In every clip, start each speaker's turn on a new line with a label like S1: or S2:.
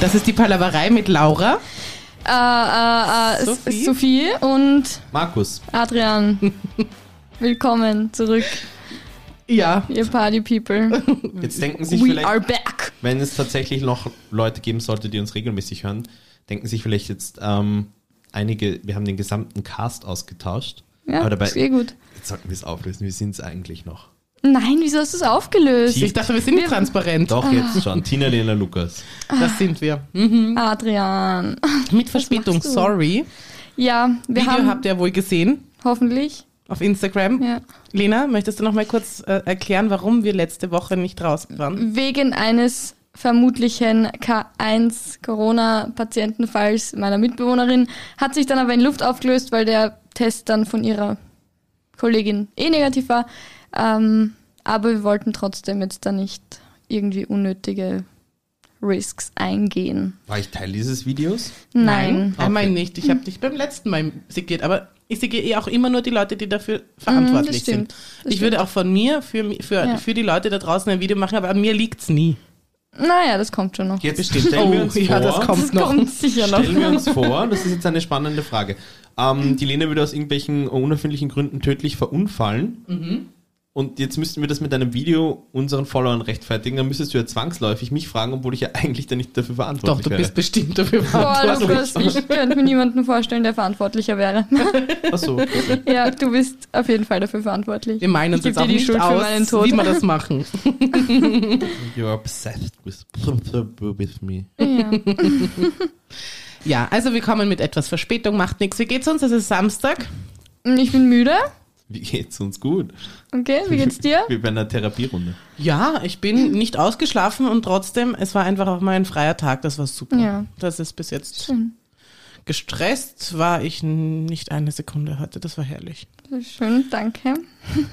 S1: Das ist die Palaverei mit Laura.
S2: Äh, äh, äh,
S1: Sophie?
S2: Sophie? Sophie und
S3: Markus.
S2: Adrian. Willkommen zurück,
S1: Ja.
S2: ihr Party People.
S3: Jetzt denken sich
S2: We
S3: vielleicht,
S2: are back.
S3: wenn es tatsächlich noch Leute geben sollte, die uns regelmäßig hören, denken sich vielleicht jetzt ähm, einige, wir haben den gesamten Cast ausgetauscht.
S2: Ja,
S3: aber dabei,
S2: ist eh gut.
S3: jetzt sollten wir es auflösen, wir sind es eigentlich noch.
S2: Nein, wieso hast du es aufgelöst?
S1: Ich dachte, wir sind nicht transparent.
S3: Doch, jetzt schon. Tina Lena Lukas.
S1: Das sind wir.
S2: Adrian.
S1: Mit Verspätung,
S2: machst du?
S1: sorry.
S2: Ja, wir
S1: Video
S2: haben
S1: habt ihr wohl gesehen
S2: hoffentlich.
S1: auf Instagram.
S2: Ja.
S1: Lena, möchtest du noch mal kurz äh, erklären, warum wir letzte Woche nicht draußen waren?
S2: Wegen eines vermutlichen K1 Corona-Patientenfalls meiner Mitbewohnerin hat sich dann aber in Luft aufgelöst, weil der Test dann von ihrer Kollegin eh negativ war. Ähm, aber wir wollten trotzdem jetzt da nicht irgendwie unnötige Risks eingehen.
S3: War ich Teil dieses Videos?
S2: Nein.
S1: Einmal
S3: Okay.
S1: nicht. Ich habe dich beim letzten Mal segiert, aber ich segiere auch immer nur die Leute, die dafür verantwortlich sind.
S2: stimmt. Mhm, Das
S1: ich würde auch von mir für, mi- für,
S2: Ja.
S1: für die Leute da draußen ein Video machen, aber an mir liegt's nie.
S2: Naja, das kommt schon noch.
S3: Jetzt stellen wir uns vor,
S1: ja, das kommt
S2: Das
S1: noch.
S2: kommt sicher noch.
S3: Stellen wir uns vor, das ist jetzt eine spannende Frage. Ähm, die Lena würde aus irgendwelchen unerfindlichen Gründen tödlich verunfallen.
S2: Mhm.
S3: Und jetzt müssten wir das mit einem Video unseren Followern rechtfertigen. Dann müsstest du ja zwangsläufig mich fragen, obwohl ich ja eigentlich da nicht dafür
S1: Doch,
S3: verantwortlich
S1: du bist bestimmt dafür
S2: Boah,
S1: verantwortlich.
S2: Lukas, ich könnte mir niemanden vorstellen, der verantwortlicher wäre.
S3: wäre. Ach so. okay.
S2: Ja, du bist auf jeden Fall dafür verantwortlich.
S1: Wir meinen uns
S2: Ich geb
S1: jetzt auch
S2: dir die
S1: nicht
S2: Schuld für
S1: aus,
S2: meinen Tod.
S1: wie wir das machen.
S3: You're obsessed with, with me.
S2: Ja.
S1: Ja, also wir kommen mit etwas Verspätung, macht nichts. Wie geht's uns? Es ist Samstag.
S2: Ich bin müde.
S3: Wie geht's uns gut?
S2: Okay, wie geht's dir?
S3: Wie bei einer Therapierunde.
S1: Ja, ich bin nicht ausgeschlafen und trotzdem, es war einfach auch mal ein freier Tag. Das war super.
S2: Ja.
S1: Das ist bis jetzt
S2: Schön.
S1: gestresst, war ich n- nicht eine Sekunde heute. Das war herrlich.
S2: Schön, danke.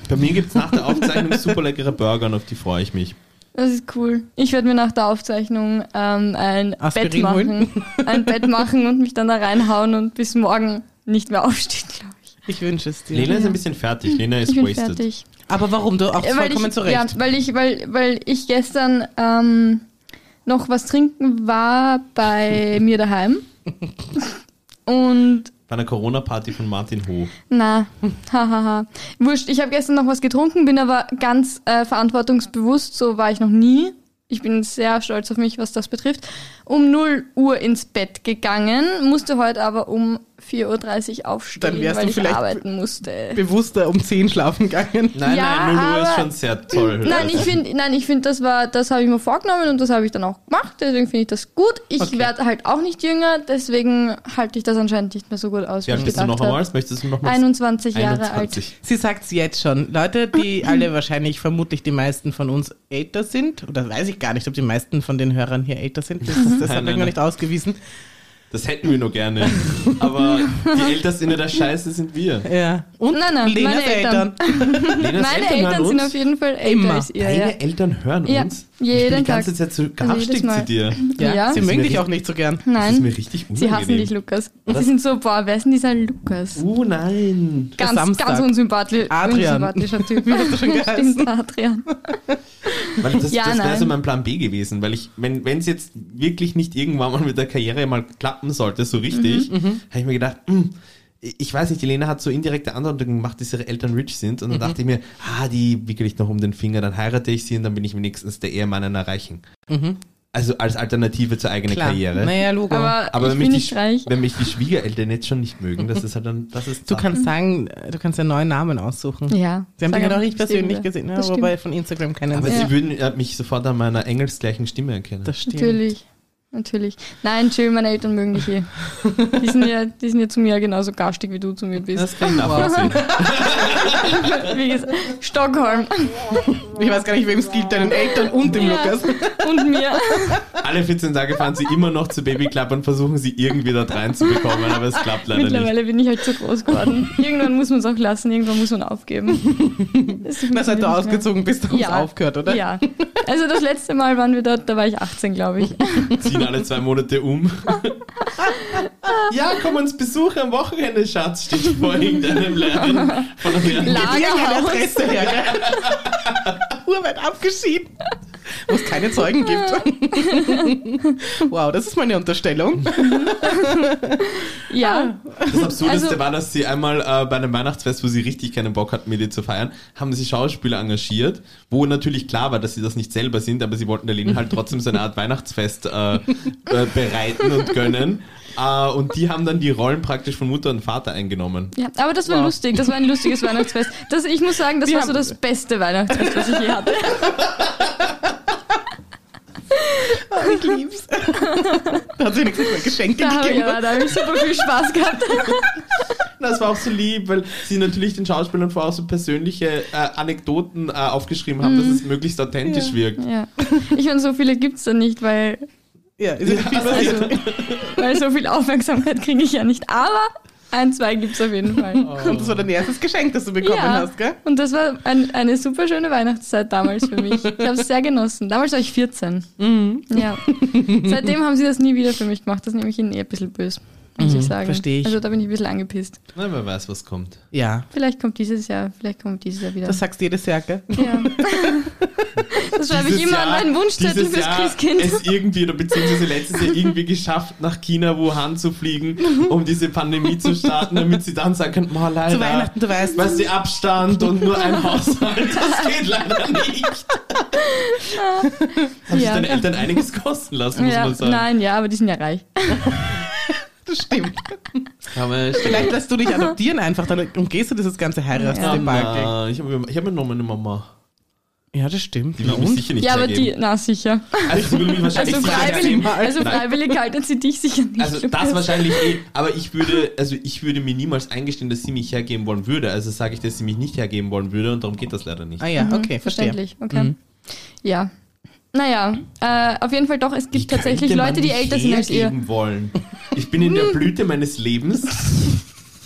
S3: Bei mir gibt's nach der Aufzeichnung super leckere Burger und auf die freue ich mich.
S2: Das ist cool. Ich werde mir nach der Aufzeichnung ähm, ein
S1: Aspirin
S2: Bett machen.
S1: holen?
S2: Ein Bett machen und mich dann da reinhauen und bis morgen nicht mehr aufstehen, glaube ich.
S1: Ich wünsche es dir.
S3: Lena ist ein bisschen fertig. Lena ist
S2: Ich bin
S3: wasted.
S2: fertig.
S1: Aber warum? Du auch
S2: Äh,
S1: vollkommen
S2: ich,
S1: zurecht.
S2: Ja, weil ich, weil, weil ich gestern ähm, noch was trinken war bei mir daheim. Und
S3: Bei einer Corona-Party von Martin Ho.
S2: Na, hahaha. Wurscht, ich habe gestern noch was getrunken, bin aber ganz äh, verantwortungsbewusst, so war ich noch nie. Ich bin sehr stolz auf mich, was das betrifft. Um 0 Uhr ins Bett gegangen, musste heute aber um 4.30 Uhr
S1: Dann
S2: aufstehen,
S1: wärst
S2: weil
S1: du
S2: ich
S1: vielleicht
S2: arbeiten musste.
S1: Bewusster um 10 schlafen gegangen.
S3: Nein,
S2: Ja,
S3: nein, 0 Uhr ist
S2: aber-
S3: schon sehr toll.
S2: Nein,
S3: Also,
S2: ich finde, nein, ich finde, das war, das habe ich mir vorgenommen und das habe ich dann auch gemacht. Deswegen finde ich das gut. Ich
S1: Okay.
S2: werde halt auch nicht jünger, deswegen halte ich das anscheinend nicht mehr so gut aus,
S3: Wie
S2: wie
S3: alt
S2: ich
S3: bist du
S2: gedacht
S3: noch
S2: habe.
S3: einmal? Möchtest du noch mal
S2: 21 Jahre alt.
S3: 21.
S1: Sie sagt's jetzt schon. Leute, die alle wahrscheinlich, vermutlich die meisten von uns älter sind, oder weiß ich gar nicht, ob die meisten von den Hörern hier älter sind, das, das
S3: Nein,
S1: hat
S3: nein,
S1: man
S3: nein.
S1: nicht ausgewiesen.
S3: Das hätten wir nur gerne. Aber die Ältesten in der Scheiße sind wir.
S1: Ja. Und
S2: Nein, nein,
S1: Lenas
S2: meine
S1: Eltern.
S3: Lenas
S2: Meine Eltern sind auf jeden Fall älter
S1: Immer.
S2: als ihr.
S3: Deine
S2: Ja.
S3: Eltern hören
S2: Ja,
S3: uns. ich bin die
S2: jeden
S3: ganze
S2: Tag.
S3: Zeit so garstig
S2: jedes Mal.
S3: zu dir.
S1: Ja,
S2: Ja.
S1: Sie
S2: Das
S1: mögen
S3: mir
S1: dich
S3: richtig-
S1: auch nicht so gern.
S3: Das ist
S2: Nein,
S3: mir richtig unangenehm.
S2: sie hassen dich, Lukas. Sie sind so, boah, wer ist denn dieser Lukas?
S3: Oh nein.
S2: Ganz,
S1: Samstag.
S2: ganz unsympathisch,
S1: Adrian.
S2: unsympathischer Typ.
S1: Wie hast du schon Oh, geheißen?
S2: Stimmt, Adrian.
S3: Weil das
S2: Ja,
S3: das wäre
S2: nein.
S3: so mein Plan B gewesen, weil ich, wenn es jetzt wirklich nicht irgendwann mal mit der Karriere mal klappen sollte, so richtig,
S2: Mhm,
S3: habe ich mir gedacht, hm, ich weiß nicht, die Lena hat so indirekte Andeutungen gemacht, dass ihre Eltern rich sind
S2: Mhm.
S3: und dann dachte ich mir, ah, die wickel ich noch um den Finger, dann heirate ich sie und dann bin ich wenigstens der Ehemann einer Reichen.
S2: Mhm.
S3: Also als Alternative zur eigenen
S1: Klar.
S3: Karriere.
S1: Naja, Logo.
S2: Aber,
S3: Aber
S2: ich
S3: wenn
S2: bin
S3: mich,
S2: nicht
S3: die,
S2: reich.
S3: Sch- wenn mich die Schwiegereltern jetzt schon nicht mögen, das ist halt dann, das ist
S1: Du kannst sagen, äh, du kannst ja neuen Namen aussuchen.
S2: Ja.
S1: Sie haben
S2: sag
S1: dich ja noch
S2: mal,
S1: nicht
S2: stimmt,
S1: persönlich
S2: ja.
S1: gesehen, ne?
S2: Das stimmt.
S1: wobei von Instagram keinen
S3: Aber
S1: sehen.
S2: Ja.
S3: sie würden äh, mich sofort an meiner engelsgleichen Stimme erkennen.
S1: Das stimmt.
S2: Natürlich, natürlich. Nein, chill, meine Eltern mögen dich eh. Die sind ja, die sind ja zu mir genauso garstig, wie du zu mir bist.
S3: das kann ich nachvollziehen.
S2: Wie gesagt, Stockholm
S1: Ich weiß gar nicht, wem es gilt, deinen Eltern und dem
S2: Ja.
S1: Lukas.
S2: und mir.
S3: Alle 14 Tage fahren sie immer noch zu Baby Club und versuchen sie irgendwie dort reinzubekommen, aber es klappt leider nicht.
S2: Mittlerweile bin ich halt zu groß geworden. Irgendwann muss man es auch lassen, irgendwann muss man aufgeben. Das
S1: Na, seit du
S2: funktioniert nicht mehr.
S1: ausgezogen bist, haben sie aufgehört, oder?
S2: Ja. Also das letzte Mal waren wir dort, da war ich 18, glaube ich.
S3: Ziehen alle zwei Monate um. ja, komm uns besuchen am Wochenende, Schatz, steht vor irgendeinem Lernen. Von einem Lernen.
S1: Lagerhaus.
S2: Lagerhaus.
S1: Adresse her, gell? Urweit abgeschieden. wo es keine Zeugen gibt. wow, das ist meine Unterstellung.
S2: Ja,
S1: Ah.
S3: Das Absurdeste
S2: Also-
S3: war, dass sie einmal äh, bei einem Weihnachtsfest, wo sie richtig keinen Bock hatten, mit ihr zu feiern, haben sie Schauspieler engagiert, wo natürlich klar war, dass sie das nicht selber sind, aber sie wollten der Lena halt trotzdem so eine Art Weihnachtsfest äh, äh, bereiten und gönnen. Äh, und die haben dann die Rollen praktisch von Mutter und Vater eingenommen.
S2: ja. Aber das war
S1: Wow.
S2: lustig. Das war ein lustiges Weihnachtsfest. Das, ich muss sagen, das
S1: Wir
S2: war so
S1: haben-
S2: das beste Weihnachtsfest, was ich je hatte.
S1: Ich lieb's. da hat sie nichts mehr Geschenke
S2: Da habe ich,
S1: gegeben.
S2: ja, da hab ich super viel Spaß gehabt.
S3: Das war auch so lieb, weil sie natürlich den Schauspielern vorher auch so persönliche äh, Anekdoten äh, aufgeschrieben haben, dass es möglichst authentisch wirkt.
S2: Mhm. Ja. Ich meine, so viele gibt's da nicht, weil,
S1: Ja, ist ja, viel
S3: also-
S1: passiert.
S2: also, weil so viel Aufmerksamkeit kriege ich ja nicht. Aber ein, zwei gibt's auf jeden Fall.
S1: Und das war dein erstes Geschenk, das du bekommen
S2: also- ja.
S1: hast, gell?
S2: Und das war ein, eine super schöne Weihnachtszeit damals für mich. Ich habe es sehr genossen. Damals war ich 14.
S3: Mhm.
S2: Ja. Seitdem haben sie das nie wieder für mich gemacht. Das nehme ich ihnen eher ein bisschen böse, muss
S3: Mhm,
S2: ich sagen.
S1: versteh ich.
S2: Also da bin ich ein bisschen angepisst.
S3: Na, wer weiß, was kommt.
S1: Ja.
S2: Vielleicht kommt dieses Jahr, vielleicht kommt dieses Jahr wieder.
S1: Das sagst du jedes Jahr, gell?
S2: ja. das schreibe ich
S3: Dieses
S2: immer an
S3: Jahr-
S2: meinen Wunschzettel
S3: dieses
S2: fürs
S3: Jahr
S2: Christkind.
S3: Es irgendwie oder beziehungsweise letztes Jahr irgendwie geschafft, nach China, Wuhan zu fliegen, um diese Pandemie zu starten, damit sie dann sagen können, oh, leider.
S1: Zu Weihnachten, du weißt.
S3: Weißt du, Abstand und nur ein Haushalt, das geht leider nicht. Haben sich
S2: Ja.
S3: deine Eltern einiges kosten lassen, muss
S2: ja,
S3: man sagen.
S2: nein, ja, aber die sind ja reich.
S1: Das stimmt.
S3: Aber
S1: Vielleicht lässt du dich adoptieren einfach, dann umgehst du dieses ganze Heiratsdebakel. Ja.
S3: Na, ich habe ich hab noch meine Mama.
S1: das stimmt.
S3: Die will mich sicher nicht
S2: Ja, aber die,
S3: hergeben.
S2: na sicher.
S3: Also, die will mich wahrscheinlich
S2: Also
S3: sicher
S2: freiwillig,
S3: hergeben.
S2: also
S3: Nein.
S2: freiwillig halten sie dich sicher nicht.
S3: Also das wahrscheinlich eh, aber ich würde, also ich würde mir niemals eingestehen, dass sie mich hergeben wollen würde. Also sage ich, dass sie mich nicht hergeben wollen würde und darum geht das leider nicht.
S1: Ah ja, okay, verstehe.
S2: Mhm, Verständlich, okay.
S3: Mhm.
S2: Ja. Naja, äh, auf jeden Fall doch, es gibt tatsächlich
S3: könnte man
S2: Leute, die
S3: mich
S2: älter sind als ihr. Mhm.
S3: hergeben wollen. Ich bin in der Blüte meines Lebens.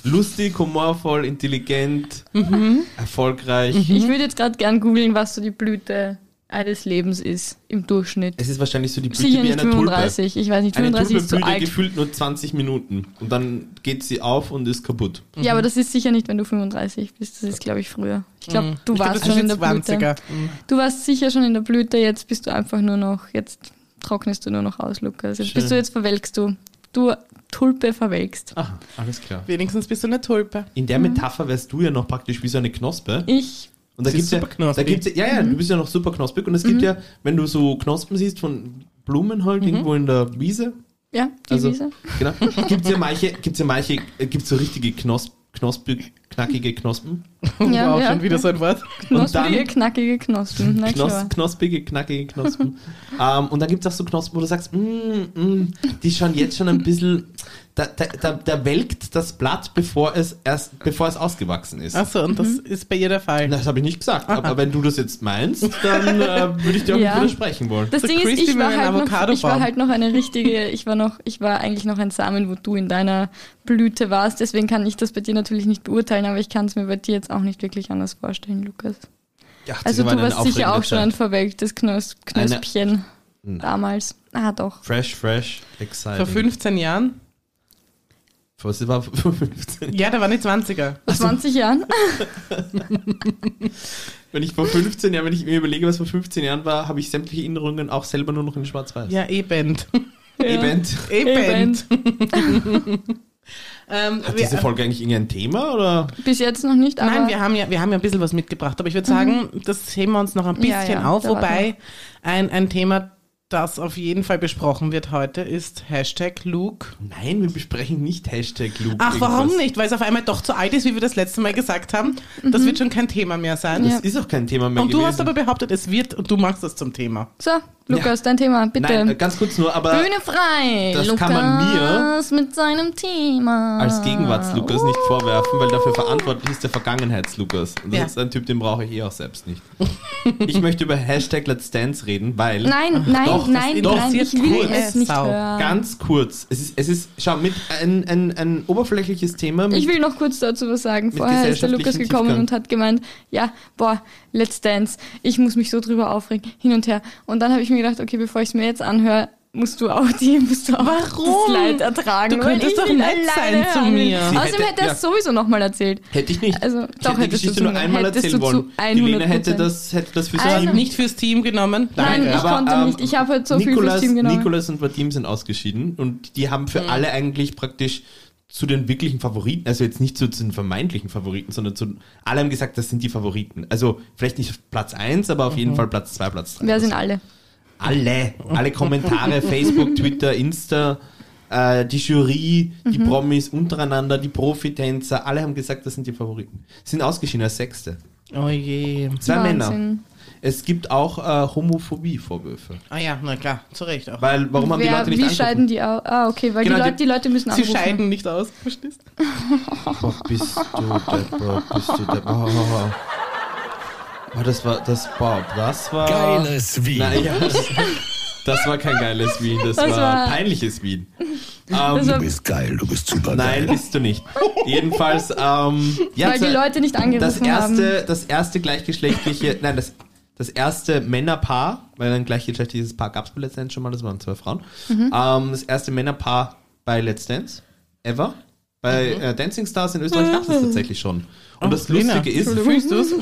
S3: Lustig, humorvoll, intelligent,
S2: Mhm.
S3: erfolgreich.
S2: Ich würde jetzt gerade gern googeln, was so die Blüte eines Lebens ist im Durchschnitt.
S3: Es ist wahrscheinlich so die Blüte
S2: Sicher
S3: wie
S2: nicht
S3: einer Tulpe.
S2: 35. Ich weiß nicht,
S3: Eine
S2: 35
S3: Tulpe
S2: ist zu
S3: blüht
S2: alt.
S3: gefühlt nur 20 Minuten und dann geht sie auf und ist kaputt.
S2: Ja, aber das ist sicher nicht, wenn du 35 bist. Das ist, glaube ich, früher. Ich
S3: Mhm.
S2: glaube, du
S1: Ich glaub,
S2: warst
S1: das ist
S2: schon in der
S1: jetzt
S2: Blüte.
S1: 20er. Mhm.
S2: Du warst sicher schon in der Blüte, jetzt bist du einfach nur noch, jetzt trocknest du nur noch aus, Lukas. Jetzt bist du,
S3: Schön.
S2: jetzt verwelkst du. Du Tulpe verwelkst.
S3: Ah, alles klar.
S1: Wenigstens bist du eine Tulpe.
S3: In der
S2: Mhm.
S3: Metapher wärst du ja noch praktisch wie so eine Knospe.
S2: Ich,
S3: Und da
S1: Sie ist
S3: gibt's ja,
S1: super knusprig.
S3: da gibt's ja, ja, ja,
S2: Mhm.
S3: du bist ja noch super knusprig. Und es gibt ja, wenn du so Knospen siehst von Blumen halt irgendwo in der Wiese,
S2: ja, Mhm. die
S3: also
S2: Wiese.
S3: genau, gibt's ja manche, gibt's ja manche, äh, gibt's so richtige Knosp, knusprig, knackige Knospen,
S2: Ja,
S1: wow,
S2: ja,
S1: schon wieder
S2: ja.
S1: so ein Wort.
S2: Knospige,
S3: dann-
S2: knackige Knospen. Na
S3: Knos,
S2: klar.
S3: knospige, knackige Knospen. ähm, und dann gibt's auch so Knospen, wo du sagst, mm, mm, die schauen jetzt schon ein bisschen, da, da, da, da welkt das Blatt, bevor es erst, bevor es ausgewachsen ist.
S1: Achso, und
S2: Mhm.
S1: das ist bei jeder Fall.
S3: Das habe ich nicht gesagt,
S1: Aha.
S3: aber wenn du das jetzt meinst, dann äh, würde ich dir auch
S2: Ja.
S3: nicht widersprechen wollen.
S2: Das
S1: So
S2: Ding ist,
S1: crispy
S2: ich war,
S1: wie ein
S2: halt noch, ich war
S1: Avocadobaum.
S2: halt noch eine richtige, ich war noch, ich war eigentlich noch ein Samen, wo du in deiner Blüte warst. Deswegen kann ich das bei dir natürlich nicht beurteilen, aber ich kann es mir bei dir jetzt auch nicht wirklich anders vorstellen, Lukas.
S3: Ja, das
S2: Also
S3: war
S2: du
S3: eine
S2: warst sicher
S3: aufregende
S2: auch schon
S3: Zeit.
S2: ein verwelktes Knos Knöspchen
S3: Nein.
S2: damals. Ah, doch.
S3: Fresh, fresh, exciting.
S1: Vor 15 Jahren?
S3: Was war vor 15?
S1: Ja, da waren die 20er.
S2: Vor 20 Jahren?
S3: Wenn ich vor 15 Jahren, wenn ich mir überlege, was vor 15 Jahren war, habe ich sämtliche Erinnerungen auch selber nur noch in Schwarz-Weiß.
S1: Ja, eh, E-Band.
S3: Event.
S1: E-Band. Ähm,
S3: Hat
S1: wir- äh,
S3: diese Folge eigentlich irgendein Thema oder?
S2: Bis jetzt noch nicht, aber Mhm.
S1: Nein, wir haben, ja, wir haben ja ein bisschen was mitgebracht, aber ich würde sagen, das heben wir uns noch ein bisschen
S2: Ja, ja,
S1: auf.
S2: da war
S1: Wobei ein, ein Thema, das auf jeden Fall besprochen wird heute, ist Hashtag Luke.
S3: Nein, wir besprechen nicht Hashtag Luke.
S1: Ach, warum
S3: irgendwas.
S1: nicht? Weil es auf einmal doch zu alt ist, wie wir das letzte Mal gesagt haben. Das wird schon kein Thema mehr sein.
S2: Mhm. Ja.
S3: Das ist auch kein Thema mehr
S1: Und du
S3: gewesen.
S1: hast aber behauptet, es wird und du machst das zum Thema.
S2: so, Lukas, dein Thema, bitte.
S3: Nein, äh, ganz kurz nur, aber
S2: Bühne frei.
S3: das
S2: Lukas
S3: kann man mir
S2: mit seinem Thema.
S3: als Gegenwarts-Lukas
S2: Uh.
S3: nicht vorwerfen, weil dafür verantwortlich ist der Vergangenheits-Lukas. Und das
S1: Ja.
S3: ist ein Typ, den brauche ich eh auch selbst nicht. Ich möchte über Hashtag Let's Dance reden, weil...
S2: Nein, nein,
S3: Doch, das
S2: nein, nein,
S1: interessiert
S2: ich will
S1: keine
S2: es nicht
S1: Sau.
S2: hören.
S3: Ganz kurz. Es ist, es ist, schau, mit ein, ein, ein oberflächliches Thema. Mit
S2: ich will noch kurz dazu was sagen. Vorher ist der Lukas
S3: gesellschaftlichen
S2: gekommen
S3: Tiefgang.
S2: und hat gemeint, ja, boah, Let's Dance, ich muss mich so drüber aufregen, hin und her. Und dann habe ich mir gedacht, okay, bevor ich es mir jetzt anhöre, musst du auch die, musst du auch
S1: Warum?
S2: das Leid ertragen.
S1: Du könntest
S2: weil ich
S1: doch
S2: nicht
S1: nett
S2: alleine
S1: sein zu
S2: heran bin.
S1: mir. Sie
S2: Außerdem
S3: hätte-
S2: hätte er
S3: ja.
S2: es sowieso nochmal erzählt.
S3: Hätte ich nicht.
S2: Also,
S3: ich
S2: doch,
S3: hätte die
S2: hättest du
S3: Geschichte
S2: zu-
S3: nur einmal
S2: hättest
S3: erzählen
S2: du zu
S3: wollen.
S2: 100%
S3: Helena hätte das, hätte das für sich
S2: Also-
S1: Ich habe nicht fürs Team genommen.
S2: Nein,
S1: Danke.
S2: ich konnte nicht. Ich habe halt so viel fürs
S3: Nikolas,
S2: Team Mhm. genommen.
S3: Nikolas und Vadim sind ausgeschieden und die haben für alle eigentlich praktisch zu den wirklichen Favoriten, also jetzt nicht zu, zu den vermeintlichen Favoriten, sondern zu alle haben gesagt, das sind die Favoriten. Also vielleicht nicht auf Platz 1, aber auf jeden Fall Platz 2, Platz 3.
S2: Mhm. Wer sind alle?
S3: alle, alle Kommentare, Facebook, Twitter, Insta, äh, die Jury,
S2: Mhm.
S3: die Promis untereinander, die Profitänzer, alle haben gesagt, das sind die Favoriten. Sind ausgeschieden als Sechste.
S1: Oh je.
S3: Zwei Männer.
S2: Wahnsinn.
S3: Es gibt auch äh, Homophobie-Vorwürfe.
S1: Ah ja, na klar, zu Recht auch.
S3: Weil, warum haben die
S2: Wer,
S3: Leute nicht
S2: wie
S3: angucken?
S2: scheiden die aus? Ah, okay, weil
S3: Genau,
S2: die,
S3: die-
S2: Leute, die Leute müssen
S1: Sie
S2: anrufen.
S1: scheiden nicht aus, verstehst du?
S3: Boah, bist du deppert, bist du deppert. Oh, oh, oh. Boah, das war, das, boah, das war... Ah.
S4: Geiles Wien.
S3: Naja, das war kein geiles Wien, das,
S2: Das
S3: war,
S2: war-
S3: peinliches Wien.
S2: Das
S3: Ähm,
S2: war,
S4: Du bist geil, du bist super
S3: nein,
S4: geil.
S3: bist du nicht. Jedenfalls, ähm, ja,
S2: weil die
S3: zwei-
S2: Leute nicht angerufen
S3: das
S2: haben.
S3: erste, das erste gleichgeschlechtliche, nein, das, das erste Männerpaar, weil ein gleichgeschlechtliches Paar gab es bei Let's Dance schon mal, das waren zwei Frauen.
S2: Mhm.
S3: Ähm, das erste Männerpaar bei Let's Dance ever. Bei
S2: Mhm.
S3: äh, Dancing Stars in Österreich gab es das tatsächlich schon.
S2: Oh,
S3: Und das Lustige ist,
S1: Fühlst du's?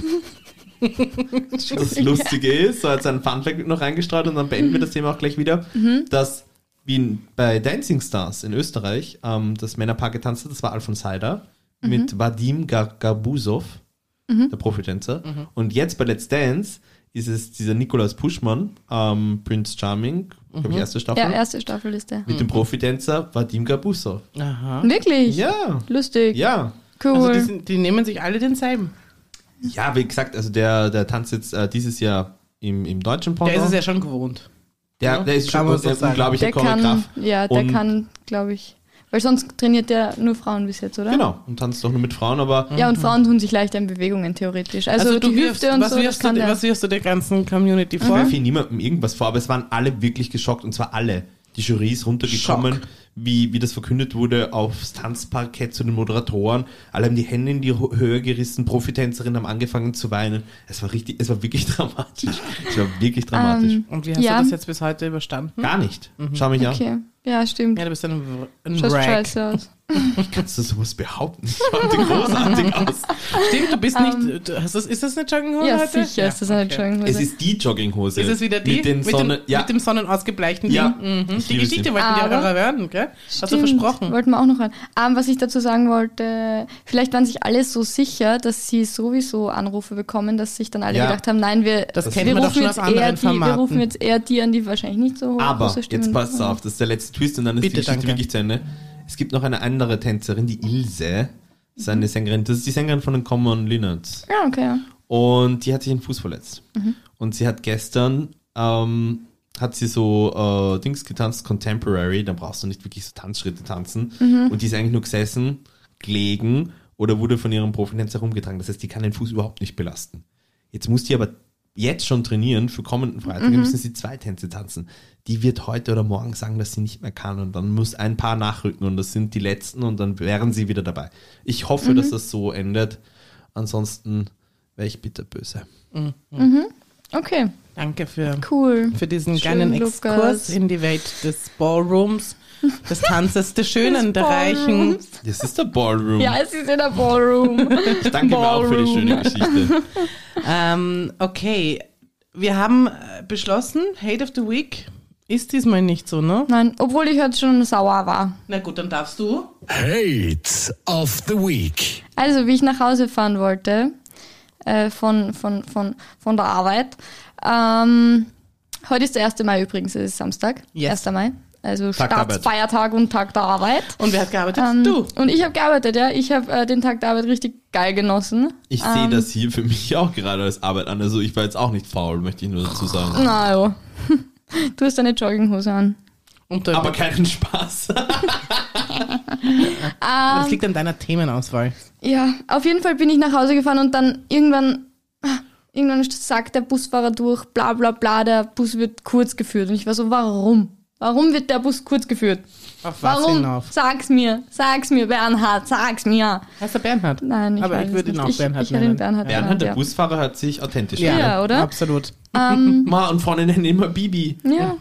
S3: das Lustige ist, so als ein Funfact noch reingestreut und dann beenden wir das Thema auch gleich wieder,
S2: Mhm.
S3: dass wie in- bei Dancing Stars in Österreich ähm, das Männerpaar getanzt hat, das war Alfons Heider
S2: Mhm.
S3: mit Vadim Ga- Gabusov, der Profitänzer.
S1: Mhm.
S3: Und jetzt bei Let's Dance ist es dieser Nikolaus Puschmann, ähm, Prince Charming, glaube
S1: Mhm.
S3: ich, erste Staffel,
S2: Ja, erste Staffel ist der.
S3: mit dem Profitänzer Vadim Gabusov.
S1: Aha.
S2: Wirklich?
S3: Ja,
S2: Lustig.
S3: ja.
S1: Also
S2: Cool.
S1: die, sind, die nehmen sich alle denselben.
S3: Ja, wie gesagt, also der, der tanzt jetzt äh, dieses Jahr im, im deutschen Porno.
S1: Der ist es ja schon gewohnt.
S3: Der,
S1: Ja,
S3: der ist
S1: kann
S3: schon
S1: man
S3: ein
S1: so sagen.
S3: unglaublicher
S2: der kann,
S3: Choreograf.
S2: ja, der
S3: und,
S1: ne?
S2: kann, glaube ich. Weil sonst trainiert der nur Frauen bis jetzt, oder?
S3: Genau, und tanzt doch nur mit Frauen, aber
S1: Mhm.
S2: Ja, und Frauen tun sich leichter in Bewegungen theoretisch. Also, die
S1: wirfst-
S2: Hüfte und
S1: was
S2: so, das
S1: wirfst du,
S2: kann der. Mhm.
S1: Was wirfst du der ganzen Community
S3: ich
S1: vor?
S3: werfe hier niemandem irgendwas vor, aber es waren alle wirklich geschockt und zwar alle. Die Jury ist runtergekommen,
S1: Schock.
S3: wie, wie das verkündet wurde, aufs Tanzparkett zu den Moderatoren. Alle haben die Hände in die Ho- Höhe gerissen, Profitänzerinnen haben angefangen zu weinen. Es war richtig, es war wirklich dramatisch. Es war wirklich dramatisch.
S2: Ähm,
S1: Und wie hast
S2: Ja.
S1: du das jetzt bis heute überstanden?
S3: Gar nicht.
S1: Mhm.
S3: Schau mich an.
S2: Okay, ja, stimmt.
S1: Ja, du bist ein, W- ein
S2: Schaust
S1: Wrack.
S2: scheiße aus.
S3: Kannst du sowas behaupten? Schaut dir großartig aus.
S1: Stimmt, du bist nicht. Du hast das, ist das eine Jogginghose
S2: Ähm, Ja,
S1: heute?
S2: sicher ist das eine
S3: Es
S2: Jogginghose.
S3: ist die Jogginghose.
S1: Ist es wieder die?
S3: Mit den Sonne,
S1: dem,
S3: ja.
S1: mit dem sonnenausgebleichten
S3: Ja,
S1: Ding? Mhm.
S3: ich
S1: Die
S3: liebe sie.
S1: Geschichte wollten die auch
S2: Aber-
S1: hören, gell? Hast du
S2: Stimmt,
S1: versprochen.
S2: Wollten wir auch noch rein. Ähm, was ich dazu sagen wollte, vielleicht waren sich alle so sicher, dass sie sowieso Anrufe bekommen, dass sich dann alle
S3: Ja.
S2: gedacht haben, nein, wir,
S1: Das
S2: wir,
S1: kennen wir doch
S2: rufen
S1: schon
S2: jetzt
S1: aus anderen
S2: eher die, wir
S1: Formaten.
S2: rufen jetzt eher die an, die wahrscheinlich nicht so hohe
S3: Aber
S2: große Stimmen
S3: jetzt passt
S2: haben.
S3: auf, das ist der letzte Twist und dann ist
S1: Bitte,
S3: die Geschichte
S1: danke.
S3: wirklich zu Ende. Es gibt noch eine andere Tänzerin, die Ilse. Das ist eine Sängerin, das ist die Sängerin von den Common Linnets.
S2: Ja, okay. ja.
S3: Und die hat sich den Fuß verletzt. Und sie hat gestern, ähm, hat sie so äh, Dings getanzt, Contemporary, da brauchst du nicht wirklich so Tanzschritte tanzen. Und die ist eigentlich nur gesessen, gelegen oder wurde von ihrem Profitänzer rumgetragen. Das heißt, die kann den Fuß überhaupt nicht belasten. Jetzt muss die aber jetzt schon trainieren für kommenden Freitag, dann müssen sie zwei Tänze tanzen. Die wird heute oder morgen sagen, dass sie nicht mehr kann und dann muss ein paar nachrücken und das sind die letzten und dann wären sie wieder dabei. Ich hoffe, dass das so endet. Ansonsten wäre ich bitterböse.
S2: Okay,
S1: Danke für,
S2: cool.
S1: für diesen
S2: Schön,
S1: kleinen
S2: Lukas.
S1: Exkurs in die Welt des Ballrooms, des Tanzes, des Schönen,
S2: Des
S1: der Reichen.
S2: Ballrooms.
S3: Das ist der Ballroom.
S2: Ja, es ist in der Ballroom.
S3: ich danke mir auch für die schöne Geschichte.
S1: Ähm, okay, wir haben äh, beschlossen, Hate of the Week ist diesmal nicht so, ne?
S2: Nein, obwohl ich heute schon sauer war.
S1: Na gut, dann darfst du.
S4: Hate of the Week.
S2: Also, wie ich nach Hause fahren wollte äh, von, von, von, von der Arbeit. Ähm, heute ist der 1. Mai übrigens, es ist Samstag,
S1: Yes.
S2: 1. Mai. Also
S3: Tag der Arbeit.
S2: Staatsfeiertag und Tag der Arbeit.
S1: Und wer hat gearbeitet?
S2: Ähm,
S1: du.
S2: Und ich habe gearbeitet, ja. Ich habe äh, den Tag der Arbeit richtig geil genossen.
S3: Ich
S2: Ähm.
S3: sehe das hier für mich auch gerade als Arbeit an. Also ich war jetzt auch nicht faul, möchte ich nur dazu sagen.
S2: Na ja. Du hast deine Jogginghose an.
S1: Und der
S3: Aber keinen Spaß.
S1: Aber das liegt an deiner Themenauswahl.
S2: Ja, auf jeden Fall bin ich nach Hause gefahren und dann irgendwann, ah, irgendwann sagt der Busfahrer durch, bla bla bla, der Bus wird kurz geführt. Und ich war so, warum? Warum wird der Bus kurz geführt?
S1: Auf was
S2: Warum?
S1: hinauf?
S2: Sag's mir, sag's mir, Bernhard, sag's mir.
S1: Heißt er Bernhard?
S2: Nein, ich
S1: Aber
S2: weiß
S1: ich würde
S2: es
S1: ihn
S2: nicht.
S1: auch
S2: Ich-
S1: Bernhard
S2: ich hätte ihn
S1: nennen.
S2: Bernhard
S1: ja.
S3: Bernhard, der
S2: Ja.
S3: Busfahrer, hört sich authentisch an.
S2: Ja, oder?
S1: Absolut.
S2: Ähm,
S3: Ma, und Freunde nennen immer Bibi.
S2: ja.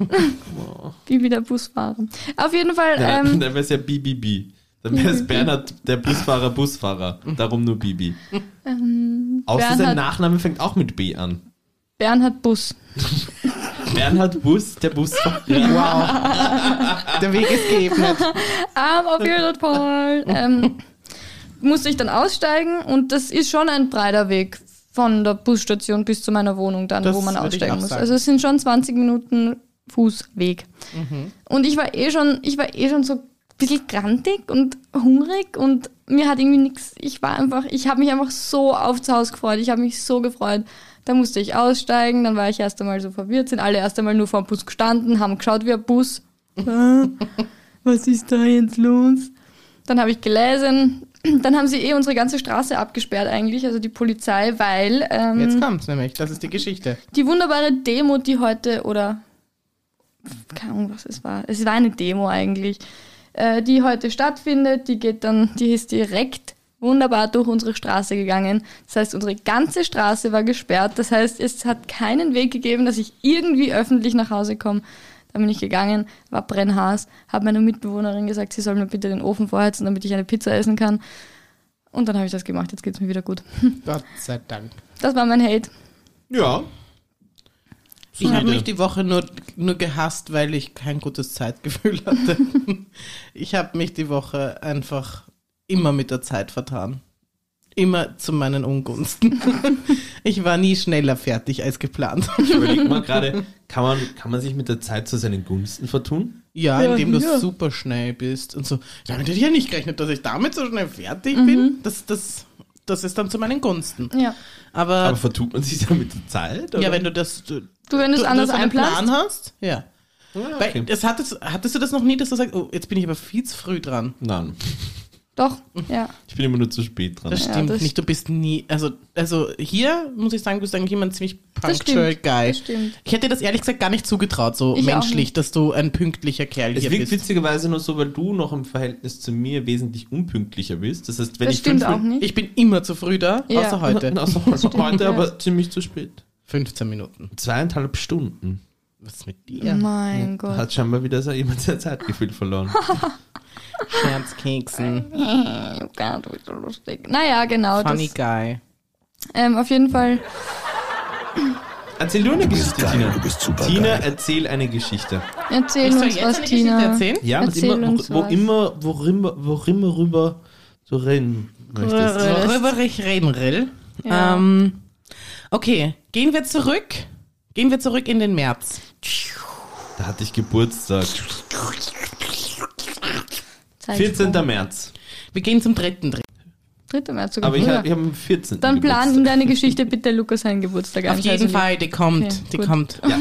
S2: wie wieder Busfahrer. Auf jeden Fall,
S3: Ja,
S2: ähm,
S3: dann wäre es ja BBB. Dann wäre es Bernhard, der Busfahrer, Busfahrer. Darum nur Bibi. Außer sein
S2: Ähm, Bernhard-
S3: Nachname fängt auch mit B an.
S2: Bernhard Bus.
S3: Bernhard Bus, der Busfahrer.
S1: Wow. Der Weg ist geebnet.
S2: Arm auf Irland Paul. Ähm, musste ich dann aussteigen und das ist schon ein breiter Weg von der Busstation bis zu meiner Wohnung dann,
S1: Das
S2: wo man
S1: würde ich auch
S2: aussteigen muss.
S1: sagen.
S2: Also es sind schon 20 Minuten Fußweg.
S1: Mhm.
S2: Und ich war eh schon, ich war eh schon so ein bisschen grantig und hungrig und mir hat irgendwie nichts, ich war einfach, ich habe mich einfach so aufs Haus gefreut, ich habe mich so gefreut. Da musste ich aussteigen, dann war ich erst einmal so verwirrt, sind alle erst einmal nur vor dem Bus gestanden, haben geschaut wie ein Bus. Äh, Was ist da jetzt los? Dann habe ich gelesen, dann haben sie eh unsere ganze Straße abgesperrt eigentlich, also die Polizei, weil ähm,
S1: Jetzt kommt's nämlich. Das ist die Geschichte.
S2: die wunderbare Demo, die heute oder keine Ahnung, was es war. Es war eine Demo eigentlich, äh, die heute stattfindet. Die geht dann, die ist direkt wunderbar durch unsere Straße gegangen. Das heißt, unsere ganze Straße war gesperrt. Das heißt, es hat keinen Weg gegeben, dass ich irgendwie öffentlich nach Hause komme. Da bin ich gegangen, war brennhaß, habe meiner Mitbewohnerin gesagt, sie soll mir bitte den Ofen vorheizen, damit ich eine Pizza essen kann. Und dann habe ich das gemacht. Jetzt geht's mir wieder gut.
S1: Gott sei Dank.
S2: Das war mein Hate.
S3: Ja.
S1: Ich habe
S3: Solide.
S1: mich die Woche nur, nur gehasst, weil ich kein gutes Zeitgefühl hatte. ich habe mich die Woche einfach immer mit der Zeit vertan. Immer zu meinen Ungunsten. ich war nie schneller fertig als geplant.
S3: Ich überlege mal gerade, kann man, kann man sich mit der Zeit zu seinen Gunsten vertun?
S1: Ja,
S2: Ja,
S1: indem du
S2: ja.
S1: super schnell bist und so. Damit hätte ich ja nicht gerechnet, dass ich damit so schnell fertig bin. Das, das, das ist dann zu meinen Gunsten.
S2: Ja.
S1: Aber,
S3: Aber vertut man sich dann mit der Zeit?
S1: ja, wenn du das, du,
S2: Äh. Du, wenn du es anders
S1: so einen
S2: einplanst.
S1: Plan hast, ja.
S3: Ja,
S1: Weil
S3: okay.
S1: das hattest, hattest du das noch nie, dass du sagst, oh, jetzt bin ich aber viel zu früh dran.
S3: Nein,
S2: Doch, ja.
S3: ich bin immer nur zu spät dran.
S1: Das
S2: Ja,
S1: stimmt
S2: das
S1: nicht, du bist nie, also, also hier muss ich sagen, du bist eigentlich immer ein ziemlich
S2: Das
S1: punctual
S2: stimmt,
S1: Guy.
S2: das stimmt.
S1: Ich hätte dir das ehrlich gesagt gar nicht zugetraut, so
S2: Ich auch
S1: menschlich,
S2: nicht.
S1: dass du ein pünktlicher Kerl
S3: Es
S1: hier
S3: wirkt
S1: bist.
S3: witzigerweise nur so, weil du noch im Verhältnis zu mir wesentlich unpünktlicher bist. Das heißt, wenn
S2: Das
S3: ich fünf
S2: stimmt auch
S3: Minuten-
S2: nicht.
S1: Ich bin immer zu früh da,
S2: Ja.
S1: außer heute.
S3: Also, also heute
S2: ja.
S3: aber ziemlich zu spät.
S1: 15 Minuten.
S3: Zweieinhalb Stunden.
S1: Was ist mit dir?
S2: Mein Gott.
S3: Hat scheinbar wieder so jemand sein Zeitgefühl verloren.
S1: Scherzkeksen.
S2: Oh Gott, du bist so lustig. Naja, genau.
S1: Funny
S2: Das,
S1: Guy.
S2: ähm, auf jeden Fall.
S3: Erzähl du eine
S4: Du bist
S3: Geschichte,
S4: geil,
S3: Tina.
S4: du bist super
S3: Tina,
S4: geil.
S3: erzähl eine Geschichte.
S2: Erzähl
S1: Ich soll
S2: uns
S1: jetzt
S2: was,
S1: eine Geschichte
S2: Tina.
S1: erzählen?
S3: Ja, mit
S2: Erzähl
S3: immer,
S2: uns
S3: wo
S2: was.
S3: immer, worin, worin, worüber du reden möchtest.
S1: Worüber ich reden will.
S2: Ja.
S1: Ähm, okay, gehen wir zurück. Gehen wir zurück in den März.
S3: Da hatte ich Geburtstag.
S2: Zeig
S3: 14. März.
S1: Wir gehen zum dritten Dreh.
S2: 3. März sogar.
S3: Aber ich
S2: Ja.
S3: habe ich hab am 14.
S2: Dann plan in
S3: Geburtstag.
S2: deine Geschichte bitte Lukas seinen Geburtstag ein.
S1: Auf jeden
S2: Scheiße,
S1: Fall, die kommt.
S2: also Okay,
S1: die
S2: gut.
S1: kommt.
S3: Ja.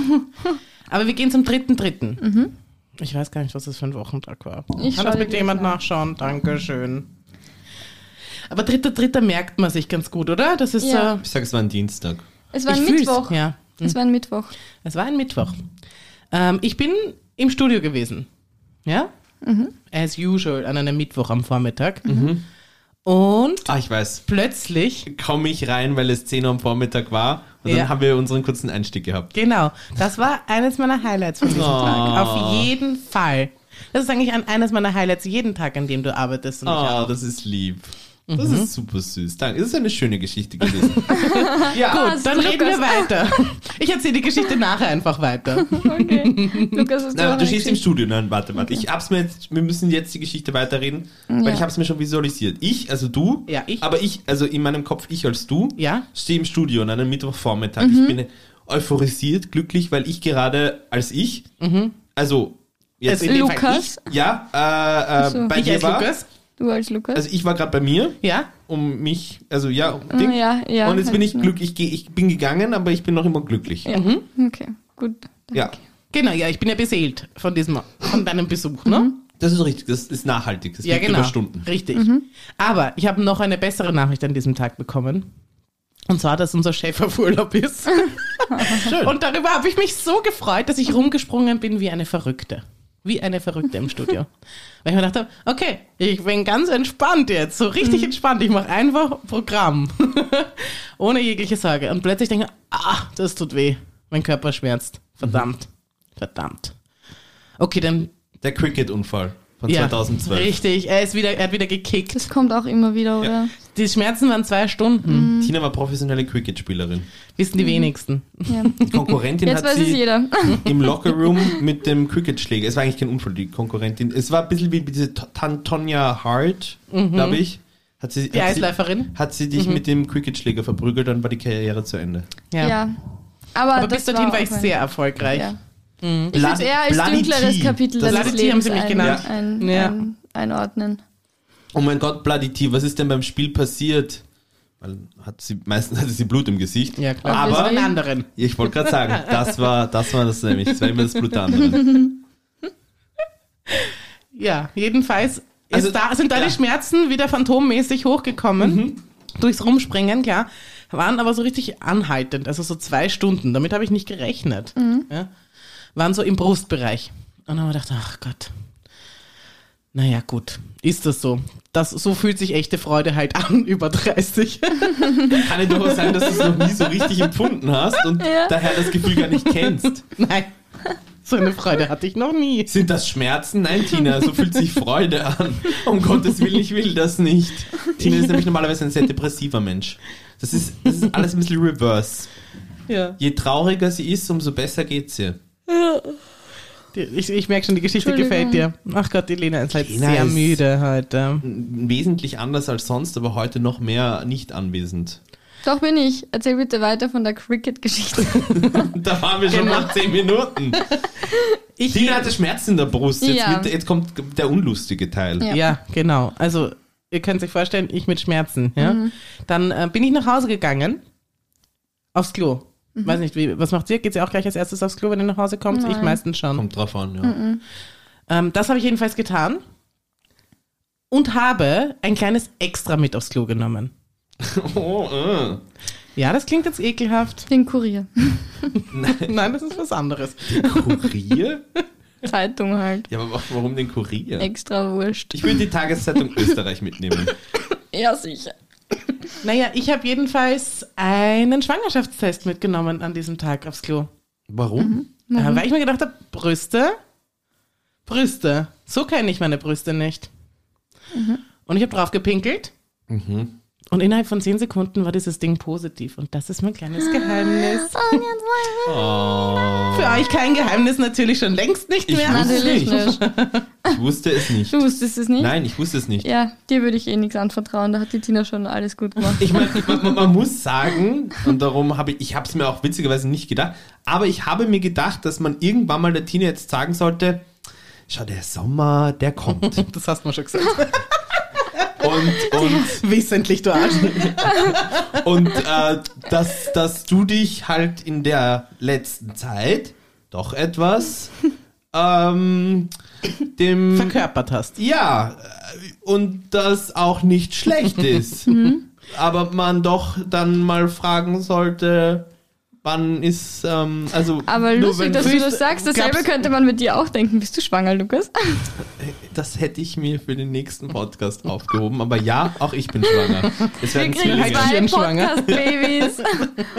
S1: Aber wir gehen zum dritten dritten. Ich weiß gar nicht, was das für ein Wochentag war.
S2: Mhm. Ich
S1: Kann das
S2: schau
S1: bitte
S2: dir
S1: jemand
S2: das an.
S1: nachschauen? Dankeschön. Aber dritter dritter merkt man sich ganz gut, oder? Das ist
S2: Ja.
S1: so.
S3: Ich sag, es war ein Dienstag.
S2: Es war ein
S1: ich fühl's.
S2: Mittwoch.
S1: Ja.
S2: Es war ein Mittwoch.
S1: Es war ein Mittwoch. Ähm, ich bin im Studio gewesen. Ja?
S3: Mhm.
S1: As usual, an einem Mittwoch am Vormittag. Und
S3: Ah, ich weiß.
S1: plötzlich,
S3: Komme ich rein, weil es 10 Uhr am Vormittag war. Und
S1: Ja.
S3: dann haben wir unseren kurzen Einstieg gehabt.
S1: genau, das war eines meiner Highlights von diesem
S3: Oh.
S1: Tag. Auf jeden Fall. Das ist eigentlich ein, eines meiner Highlights jeden Tag, an dem du arbeitest. Und ich
S3: Ah,
S1: auch.
S3: das ist lieb. Das ist super süß. Danke. Es ist eine schöne Geschichte gewesen. ja,
S1: Gut, dann reden wir
S2: Lukas.
S1: weiter. Ich erzähle die Geschichte nachher einfach weiter.
S2: Okay. Lukas ist
S3: Nein, du stehst im Studio. Nein, warte, warte. Ich hab's mir jetzt, wir müssen jetzt die Geschichte weiterreden, weil
S2: Ja.
S3: ich hab's mir schon visualisiert. Ich, also du,
S1: Ja, ich.
S3: aber ich, also in meinem Kopf ich als du,
S1: Ja. Mhm.
S3: stehe im Studio an einem Mittwochvormittag. Ich bin euphorisiert, glücklich, weil ich gerade als ich, also
S1: Mhm. Es-
S3: jetzt
S1: in dem Fall
S2: Lukas,
S3: ja, äh, äh,
S2: so.
S3: bei
S1: Ich
S3: dir
S1: als
S3: war,
S1: Lukas.
S2: du als Lukas.
S3: also ich war gerade bei mir,
S1: Ja?
S3: um mich, also ja, um
S2: Ah, ja, ja,
S3: und jetzt bin
S2: halt,
S3: ich
S2: ne.
S3: glücklich, ich, geh- ich bin gegangen, aber ich Mhm. bin noch immer glücklich. Ja.
S2: ja. Okay, gut.
S1: Genau, ja, ich bin ja beseelt von diesem, von deinem Besuch, ne?
S3: das ist richtig, das ist nachhaltig, das
S1: Ja,
S3: liegt
S1: genau.
S3: über Stunden.
S1: Richtig. Aber ich habe noch eine bessere Nachricht an diesem Tag bekommen. Und zwar, dass unser Chef auf Urlaub ist. Und darüber habe ich mich so gefreut, dass ich rumgesprungen bin wie eine Verrückte. Wie eine Verrückte im Studio. Weil ich mir dachte, okay, ich bin ganz entspannt jetzt, so richtig entspannt. Ich mache einfach Programm. Ohne jegliche Sorge. Und plötzlich denke ich, ah, das tut weh. Mein Körper schmerzt. Verdammt. Verdammt. Okay, dann
S3: Der Cricket-Unfall von
S1: ja,
S3: 2012.
S1: Richtig, er, ist wieder, er hat wieder gekickt.
S2: Das kommt auch immer wieder, oder?
S1: Die Schmerzen waren zwei Stunden,
S2: Mhm.
S3: Tina war professionelle Cricket-Spielerin.
S1: wissen die wenigsten.
S2: Ja.
S3: Die Konkurrentin
S2: Jetzt
S3: hat
S2: weiß es
S3: sie
S2: jeder.
S3: im Lockerroom mit dem Cricket-Schläger. Es war eigentlich kein Unfall, die Konkurrentin. Es war ein bisschen wie diese T- Tan- Tonya Hart,
S2: Mhm.
S3: glaube ich. Hat sie,
S1: Die
S3: hat
S1: Eisläuferin.
S3: Sie, hat sie dich mit dem Cricket-Schläger verprügelt, dann war die Karriere zu Ende.
S2: Ja. Aber,
S1: Aber
S2: das
S1: bis dorthin
S2: war
S1: war
S2: auch
S1: ich
S2: ein-
S1: sehr erfolgreich.
S2: Ja. Ich würde eher als
S3: Bloody
S2: dunkleres
S3: Tea.
S2: Kapitel
S3: Das-
S2: deines
S1: Bloody Tea haben
S2: Lebens
S1: sie mich
S2: ein,
S1: genannt.
S2: ein,
S1: Ja.
S2: ein, einordnen.
S3: Oh mein Gott, Bloody T, was ist denn beim Spiel passiert? Weil hat sie, meistens hatte sie Blut im Gesicht.
S1: Ja, klar.
S3: Aber-
S1: Aber einen anderen.
S3: Ich wollte gerade sagen, das war das war das nämlich. Das war immer das Blut der anderen.
S1: Ja, jedenfalls ist
S3: Also,
S1: da, sind da
S3: ja. Mhm.
S1: die Schmerzen wieder phantommäßig hochgekommen. Durchs Rumspringen, klar. Waren aber so richtig anhaltend, also so zwei Stunden. Damit habe ich nicht gerechnet.
S2: Mhm.
S1: Ja, waren so im Brustbereich. Und dann habe ich gedacht, ach Gott. Naja, gut, ist das so. Das, so fühlt sich echte Freude halt an, über 30.
S3: Kann ja durchaus sein, dass du es noch nie so richtig empfunden hast und
S2: Ja.
S3: daher das Gefühl gar nicht kennst.
S1: Nein, so eine Freude hatte ich noch nie.
S3: Sind das Schmerzen? Nein, Tina, so fühlt sich Freude an. Um Gottes Willen, ich will das nicht. Tina ist nämlich normalerweise ein sehr depressiver Mensch. Das ist, das ist alles ein bisschen reverse.
S1: Ja.
S3: Je trauriger sie ist, umso besser geht's ihr.
S1: Die- Ich, ich merke schon, die Geschichte
S2: Entschuldigung.
S1: gefällt dir. Ach Gott, die Lena ist halt
S3: Lena
S1: sehr
S3: ist-
S1: müde heute.
S3: Wesentlich anders als sonst, aber heute noch mehr nicht anwesend.
S2: Doch bin ich. Erzähl bitte weiter von der Cricket-Geschichte.
S3: Da waren wir schon
S1: Genau.
S3: nach 10 Minuten.
S1: Ich
S3: Tina hatte Schmerzen in der Brust. Jetzt,
S2: Ja.
S3: wird, jetzt kommt der unlustige Teil.
S2: Ja.
S1: Ja. genau. Also ihr könnt sich vorstellen, ich mit Schmerzen. Ja?
S2: Mhm.
S1: Dann äh, bin ich nach Hause gegangen, aufs Klo. Weiß nicht, wie, was macht ihr? Geht ihr auch gleich als erstes aufs Klo, wenn ihr nach Hause kommt? Ich
S2: Mhm. Nein.
S1: meistens schon.
S3: Kommt drauf an, ja.
S1: Ähm, das habe ich jedenfalls getan und habe ein kleines Extra mit aufs Klo genommen.
S3: Oh, äh.
S1: Ja, das klingt jetzt ekelhaft.
S2: Den Kurier.
S1: Nein, das ist was anderes.
S3: Kurier?
S2: Zeitung halt.
S3: Ja, aber warum den Kurier?
S2: Extra Wurscht.
S3: Ich würde die Tageszeitung Österreich mitnehmen.
S2: Ja, sicher.
S1: Naja, ich habe jedenfalls einen Schwangerschaftstest mitgenommen an diesem Tag aufs Klo.
S3: Warum?
S1: Ja, weil ich mir gedacht habe, Brüste, Brüste, so kenne ich meine Brüste nicht. Und ich habe drauf gepinkelt.
S3: Mhm.
S1: Und innerhalb von zehn Sekunden war dieses Ding positiv. Und das ist mein kleines Geheimnis.
S3: Oh,
S1: Für euch kein Geheimnis, natürlich schon längst nicht
S3: Ich
S1: mehr.
S3: wusste-
S2: Natürlich
S3: Nicht.
S2: nicht.
S3: ich wusste es nicht.
S2: Du wusstest es nicht?
S3: Nein, ich wusste es nicht.
S2: Ja, dir würde ich eh nichts anvertrauen. Da hat die Tina schon alles gut gemacht.
S3: Ich meine, man, man- man muss sagen, und darum habe ich, ich habe es mir auch witzigerweise nicht gedacht, aber ich habe mir gedacht, dass man irgendwann mal der Tina jetzt sagen sollte, schau, der Sommer, der kommt. Und,
S1: Das hast du mir schon gesagt.
S3: und
S1: Wesentlich, du Arsch.
S3: Und äh, dass, dass du dich halt in der letzten Zeit doch etwas ähm, dem.
S1: Verkörpert hast.
S3: ja, äh, und das auch nicht schlecht ist.
S2: Mhm.
S3: aber man doch dann mal fragen sollte, wann ist. Ähm, also,
S2: Aber
S3: nur
S2: lustig,
S3: wenn-
S2: dass du
S1: Füße-
S2: das sagst. Dasselbe
S1: gab's-
S2: könnte man mit dir auch denken. Bist du schwanger, Lukas?
S3: das hätte ich mir für den nächsten Podcast aufgehoben. Aber ja, auch ich bin schwanger. Es
S2: Wir
S3: werden
S2: kriegen
S3: Zwillinge.
S1: Ich
S2: zwei
S1: bin schwanger.
S2: Podcast-Babys.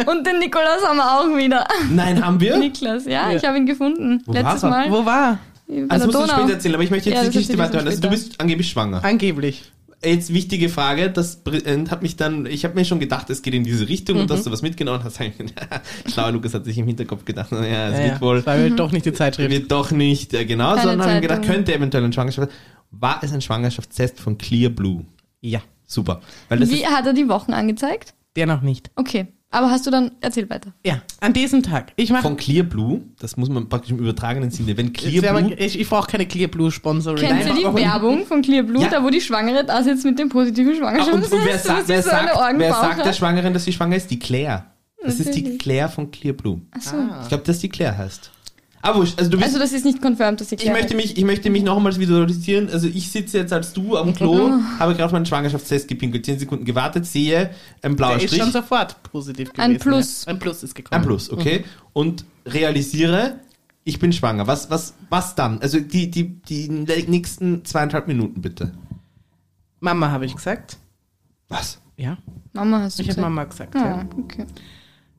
S2: Und den Nikolaus haben wir auch wieder.
S3: Nein, haben wir?
S2: Niklas, ja,
S1: Ja.
S2: ich habe ihn gefunden.
S3: Wo
S2: Letztes
S3: war er?
S2: Mal.
S1: Wo war?
S2: Über
S3: Also, das
S2: der
S3: musst du
S2: Donau.
S3: später erzählen, aber ich möchte jetzt
S2: Ja, das
S3: die
S2: erzähl
S3: Geschichte
S2: ich
S3: weiterhören.
S2: dann
S3: Also, du
S2: später.
S3: bist angeblich schwanger.
S1: Angeblich.
S3: Jetzt wichtige Frage, das Präsident hat mich dann, ich habe mir schon gedacht, es geht in diese Richtung und dass
S2: Mhm.
S3: du was mitgenommen hast. Schlauer Lukas hat sich im Hinterkopf gedacht, naja, es
S1: Ja,
S3: wird
S1: ja.
S3: wohl,
S1: War doch nicht die Zeitschrift.
S3: wird doch nicht äh, genau,
S2: Keine
S3: sondern habe gedacht,
S2: Zeitung.
S3: könnte eventuell ein Schwangerschaft. War es ein Schwangerschaftstest von Clear Blue?
S1: Ja,
S3: Super. Weil das
S2: Wie
S3: ist,
S2: hat er die Wochen angezeigt?
S1: der noch nicht.
S2: Okay, aber hast du dann, erzähl weiter.
S1: Ja, an diesem Tag. Ich mache
S3: von Clear Blue, das muss man praktisch im übertragenen Sinne, wenn
S1: Jetzt
S3: Clear
S1: werden
S3: Blue,
S1: wir- Ich, ich brauche keine Clear Blue Sponsoring.
S2: Kennst du
S3: Nein,
S2: die
S3: warum?
S2: Werbung von Clear Blue,
S3: Ja.
S2: da wo die Schwangere da sitzt mit dem positiven
S3: Ah, und,
S2: Schwangerschaftstest?
S3: und wer,
S2: dass
S3: sagt,
S2: sie
S3: wer,
S2: so eine
S3: sagt, wer
S2: Augenbraue
S3: sagt der
S2: hat?
S3: Schwangeren, dass sie schwanger ist? Die Claire. Das ist die
S2: Natürlich.
S3: Claire von Clear Blue.
S2: Ach so.
S1: Ah.
S3: Ich glaube, dass die Claire heißt. Aber wurscht, also du bist
S2: Also das ist nicht confirmed, dass sie
S3: Ich
S2: Claire
S3: möchte mich, ich möchte mich nochmals visualisieren. Also ich sitze jetzt als du am Klo,
S2: Oh.
S3: habe gerade meinen Schwangerschaftstest gepinkelt, 10 Sekunden gewartet, sehe ein blauer
S1: Der ist
S3: Strich,
S1: schon sofort positiv gewesen.
S2: Ein Plus.
S1: Ja. Ein Plus ist gekommen.
S3: ein Plus,
S1: Mhm.
S3: okay? Und realisiere, ich bin schwanger. Was, was, was dann? Also die, die, die nächsten zweieinhalb Minuten bitte.
S1: Mama habe ich gesagt.
S3: Was?
S1: Ja,
S2: hat. Mama hast du
S1: ich habe
S2: gesagt.
S1: Mama gesagt.
S2: Ah,
S1: Ja,
S2: okay.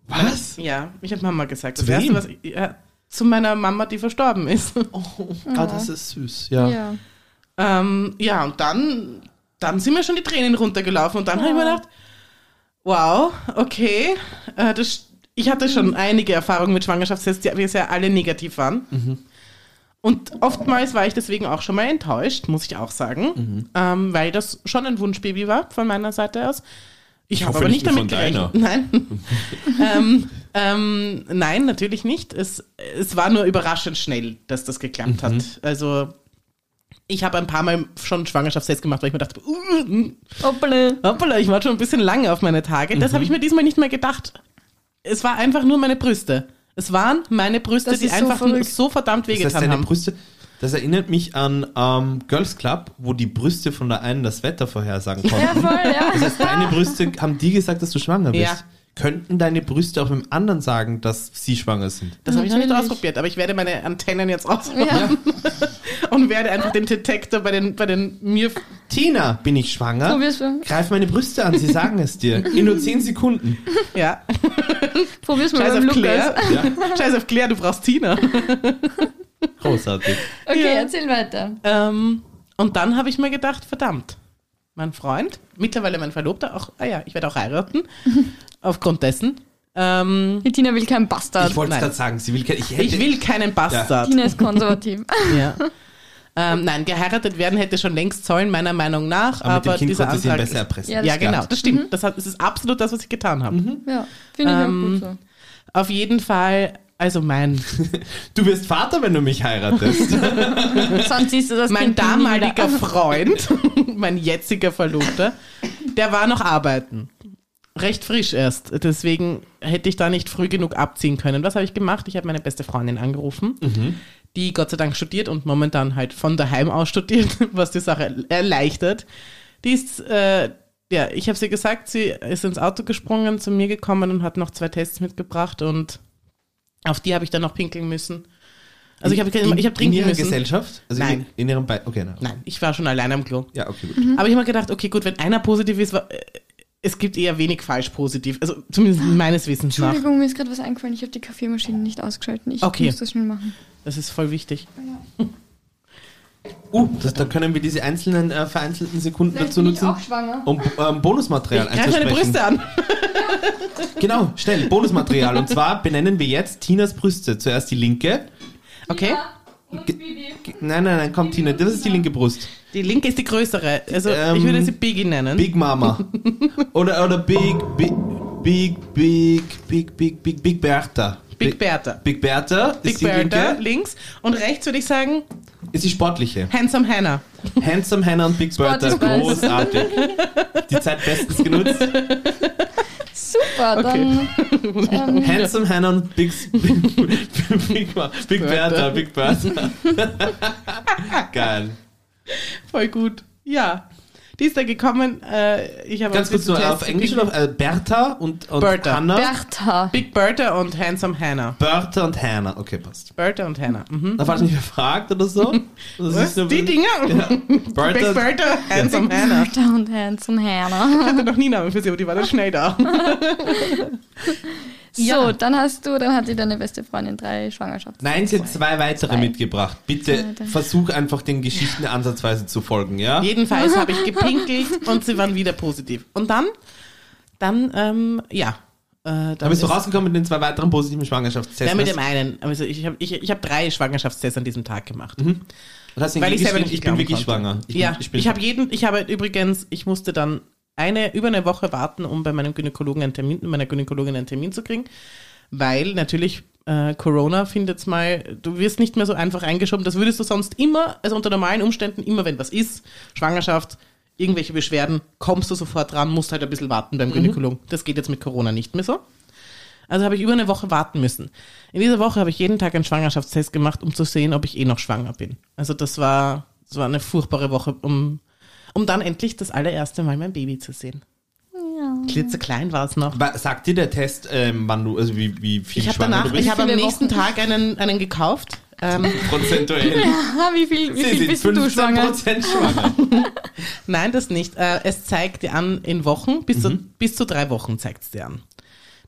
S3: Was?
S1: ja ich habe Mama gesagt. Das
S3: Zu
S1: erste,
S3: wem?
S1: was ich, ja, zu meiner Mama, die verstorben ist.
S3: Ah, das ist süß, ja.
S2: Ja.
S1: Ähm, ja, und dann, dann sind mir schon die Tränen runtergelaufen und dann habe ich mir gedacht, wow, okay, äh, das, ich hatte
S3: Mhm.
S1: schon einige Erfahrungen mit Schwangerschaftstests, die wir sehr alle negativ waren.
S3: Mhm.
S1: Und oftmals war ich deswegen auch schon mal enttäuscht, muss ich auch sagen,
S3: Mhm.
S1: ähm, weil das schon ein Wunschbaby war von meiner Seite aus. Ich, habe
S3: hoffe
S1: aber
S3: nicht
S1: nicht
S3: nur
S1: damit
S3: von deiner.
S1: gerechnet. Nein. ähm, ähm, nein, natürlich nicht. Es, es war nur überraschend schnell, dass das geklappt
S3: Mhm.
S1: hat. Also ich habe ein paar Mal schon Schwangerschaftstests gemacht, weil ich mir dachte, uh, mm,
S2: Hoppale.
S1: hoppala, ich war schon ein bisschen lange auf meine Tage.
S3: Mhm.
S1: Das habe ich mir diesmal nicht mehr gedacht. Es war einfach nur meine Brüste. Es waren meine Brüste,
S2: Das
S1: die
S2: ist so
S1: einfach
S2: verrückt.
S1: so verdammt
S3: Das heißt,
S1: wehgetan
S3: deine
S1: haben.
S3: Brüste, das erinnert mich an ähm, Girls Club, wo die Brüste von der einen das Wetter vorhersagen konnten.
S2: Ja, voll, ja.
S3: Deine Brüste, haben die gesagt, dass du schwanger bist?
S1: Ja.
S3: Könnten deine Brüste auch dem anderen sagen, dass sie schwanger sind?
S1: Das habe ich noch nicht
S2: Natürlich.
S1: ausprobiert, aber ich werde meine Antennen jetzt ausprobieren
S2: ja.
S1: und werde einfach den Detektor bei den, bei den mir.
S3: Tina, bin ich schwanger?
S2: Probier's mal.
S3: Greif meine Brüste an, sie sagen es dir. In nur 10 Sekunden.
S1: Ja.
S2: Probier's mal
S1: Scheiß
S2: beim
S1: auf
S2: Lukas.
S1: Claire.
S3: Ja,
S1: Scheiß auf Claire, du brauchst Tina.
S3: großartig.
S2: Okay,
S1: Ja.
S2: erzähl weiter.
S1: Ähm, und dann habe ich mir gedacht, verdammt, mein Freund, mittlerweile mein Verlobter, auch, ah ja, ich werde auch heiraten, aufgrund dessen. Ähm,
S2: Die Tina will kein Bastard.
S3: Ich wollte es
S1: Äh, Nein.
S3: gerade sagen, sie will keine. Ich, hätte,
S1: ich will keinen Bastard.
S2: Tina ist konservativ.
S1: Ja. Ähm, nein, geheiratet werden hätte schon längst sollen, meiner Meinung nach,
S3: aber mit
S1: aber,
S3: dem Kind
S1: dieser
S3: konnte sie ihn
S1: Antrag.
S3: besser
S1: ist,
S3: erpressen.
S2: Ja,
S1: ja,
S2: das
S1: genau, das stimmt. Das, hat, das ist absolut das, was ich getan habe.
S2: Ja, finde ich
S1: Ähm,
S2: auch gut
S1: Auf jeden Fall, also mein
S3: Du wirst Vater, wenn du mich heiratest.
S2: so. Sonst siehst du das
S1: mein
S2: Kind nie
S1: damaliger
S2: wieder.
S1: Freund, mein jetziger Verlobter, der war noch arbeiten. Recht frisch erst. Deswegen hätte ich da nicht früh genug abziehen können. Was habe ich gemacht? Ich habe meine beste Freundin angerufen,
S3: Mhm.
S1: die Gott sei Dank studiert und momentan halt von daheim aus studiert, was die Sache erleichtert. Die ist, äh, ja, ich habe sie gesagt, sie ist ins Auto gesprungen, zu mir gekommen und hat noch zwei Tests mitgebracht und auf die habe ich dann noch pinkeln müssen. Also ich habe ich habe
S3: In
S1: trinken
S3: ihrer
S1: müssen.
S3: Gesellschaft? Also
S1: Nein.
S3: In, in ihrem Be Okay, na.
S1: Nein, ich war schon allein am Klo.
S3: Ja, okay, gut.
S1: Aber ich habe mir gedacht, okay, gut, wenn einer positiv ist, wa- äh, es gibt eher wenig falsch positiv. Also
S3: Ah,
S1: zumindest meines Wissens nach.
S2: Entschuldigung, mir ist gerade was eingefallen. Ich habe die Kaffeemaschine nicht ausgeschalten. Ich
S1: Okay.
S2: muss das schnell machen.
S1: Das ist voll wichtig.
S3: Uh, das, da können wir diese einzelnen, äh, vereinzelten Sekunden dazu nutzen,
S2: schwanger.
S3: um ähm, Bonusmaterial
S1: Greif meine
S3: einzusprechen.
S1: Brüste an.
S3: Genau, schnell, Bonusmaterial. Und zwar benennen wir jetzt Tinas Brüste. Zuerst die linke.
S1: Okay?
S3: Ge- Nein, nein, nein, komm, Tina, das ist die linke Brust.
S1: Die linke ist die größere. Also
S3: Ähm,
S1: ich würde sie Biggie nennen.
S3: Big Mama. Oder, oder Big, Big, Big, Big, Big, Big, Big, Big Bertha.
S1: Big Bertha.
S3: Big Bertha ist
S1: Big
S3: die
S1: Bertha
S3: linke.
S1: links und rechts würde ich sagen
S3: Ist die sportliche.
S1: Handsome Hannah.
S3: Handsome Hannah und Big
S2: Sport
S3: Bertha.
S2: ist beides.
S3: Großartig. Die Zeit bestens genutzt.
S2: Super,
S1: Okay.
S2: dann. Ähm,
S3: Handsome Hannah und Big, Big, Big, Ma- Big
S1: Bertha.
S3: Bertha. Big Bertha. Geil.
S1: Voll gut. Ja. Die ist da gekommen. Äh, ich habe
S3: Ganz
S1: auf
S3: kurz
S1: diesen
S3: nur
S1: Test-
S3: auf Englisch oder auf äh, Bertha und, und
S1: Bertha.
S3: Hannah?
S2: Bertha.
S1: Big Bertha und Handsome Hannah.
S3: Bertha und Hannah. Okay, passt.
S1: Bertha und Hannah. Mhm.
S3: Da war ich nicht befragt oder so. Das
S1: Was?
S3: nur-
S1: Die Dinger? Big
S3: Bertha,
S1: Bertha, Handsome Hannah.
S2: Bertha und Handsome Hannah.
S1: Ich hatte noch nie einen Namen für sie, aber die war dann schnell da.
S2: So, dann hast du, dann hat dir deine beste Freundin drei Schwangerschaften.
S3: Nein, sie hat zwei weitere
S2: Zwei.
S3: mitgebracht. Bitte
S2: Zwei, drei.
S3: versuch einfach den Geschichten ansatzweise zu folgen, ja?
S1: Jedenfalls habe ich gepinkelt und sie waren wieder positiv. Und dann, dann, ähm, ja. Äh, dann
S3: Da bist du
S1: ist-
S3: rausgekommen mit den zwei weiteren positiven
S1: Ja,
S3: Schwangerschaftstests.
S1: mit dem einen. Also ich habe ich, ich hab drei Schwangerschaftstests an diesem Tag gemacht.
S3: Und hast den
S1: Weil ich selber
S3: geschrieben,
S1: nicht
S3: ich bin
S1: glauben konnte.
S3: wirklich schwanger. bin-
S1: ja, ich,
S3: bin
S1: habe jeden, ich habe übrigens, ich musste dann eine, über eine Woche warten, um bei meinem Gynäkologen einen Termin, meiner Gynäkologin einen Termin zu kriegen, weil natürlich äh, Corona findet's mal, du wirst nicht mehr so einfach eingeschoben, das würdest du sonst immer, also unter normalen Umständen, immer wenn was ist, Schwangerschaft, irgendwelche Beschwerden, kommst du sofort dran, musst halt ein bisschen warten beim Gynäkologen. Das geht jetzt mit Corona nicht mehr so. Also habe ich über eine Woche warten müssen. In dieser Woche habe ich jeden Tag einen Schwangerschaftstest gemacht, um zu sehen, ob ich eh noch schwanger bin. Also das war, das war eine furchtbare Woche, um, um dann endlich das allererste Mal mein Baby zu sehen. Klitzeklein war es noch.
S3: Wa- Sagt dir der Test, ähm, wann du, also wie, wie viel
S1: Ich habe
S3: schwanger
S1: danach,
S3: du bist?
S1: ich habe am
S2: Viele
S1: nächsten
S2: Wochen.
S1: Tag einen, einen gekauft. Ähm,
S3: Prozentuell.
S2: Ah, wie viel, wie viel bist du schwanger?
S3: Prozent schwanger. Mhm.
S1: nein, das nicht. Äh, es zeigt dir an in Wochen, bis, zu, bis zu drei Wochen zeigt es dir an.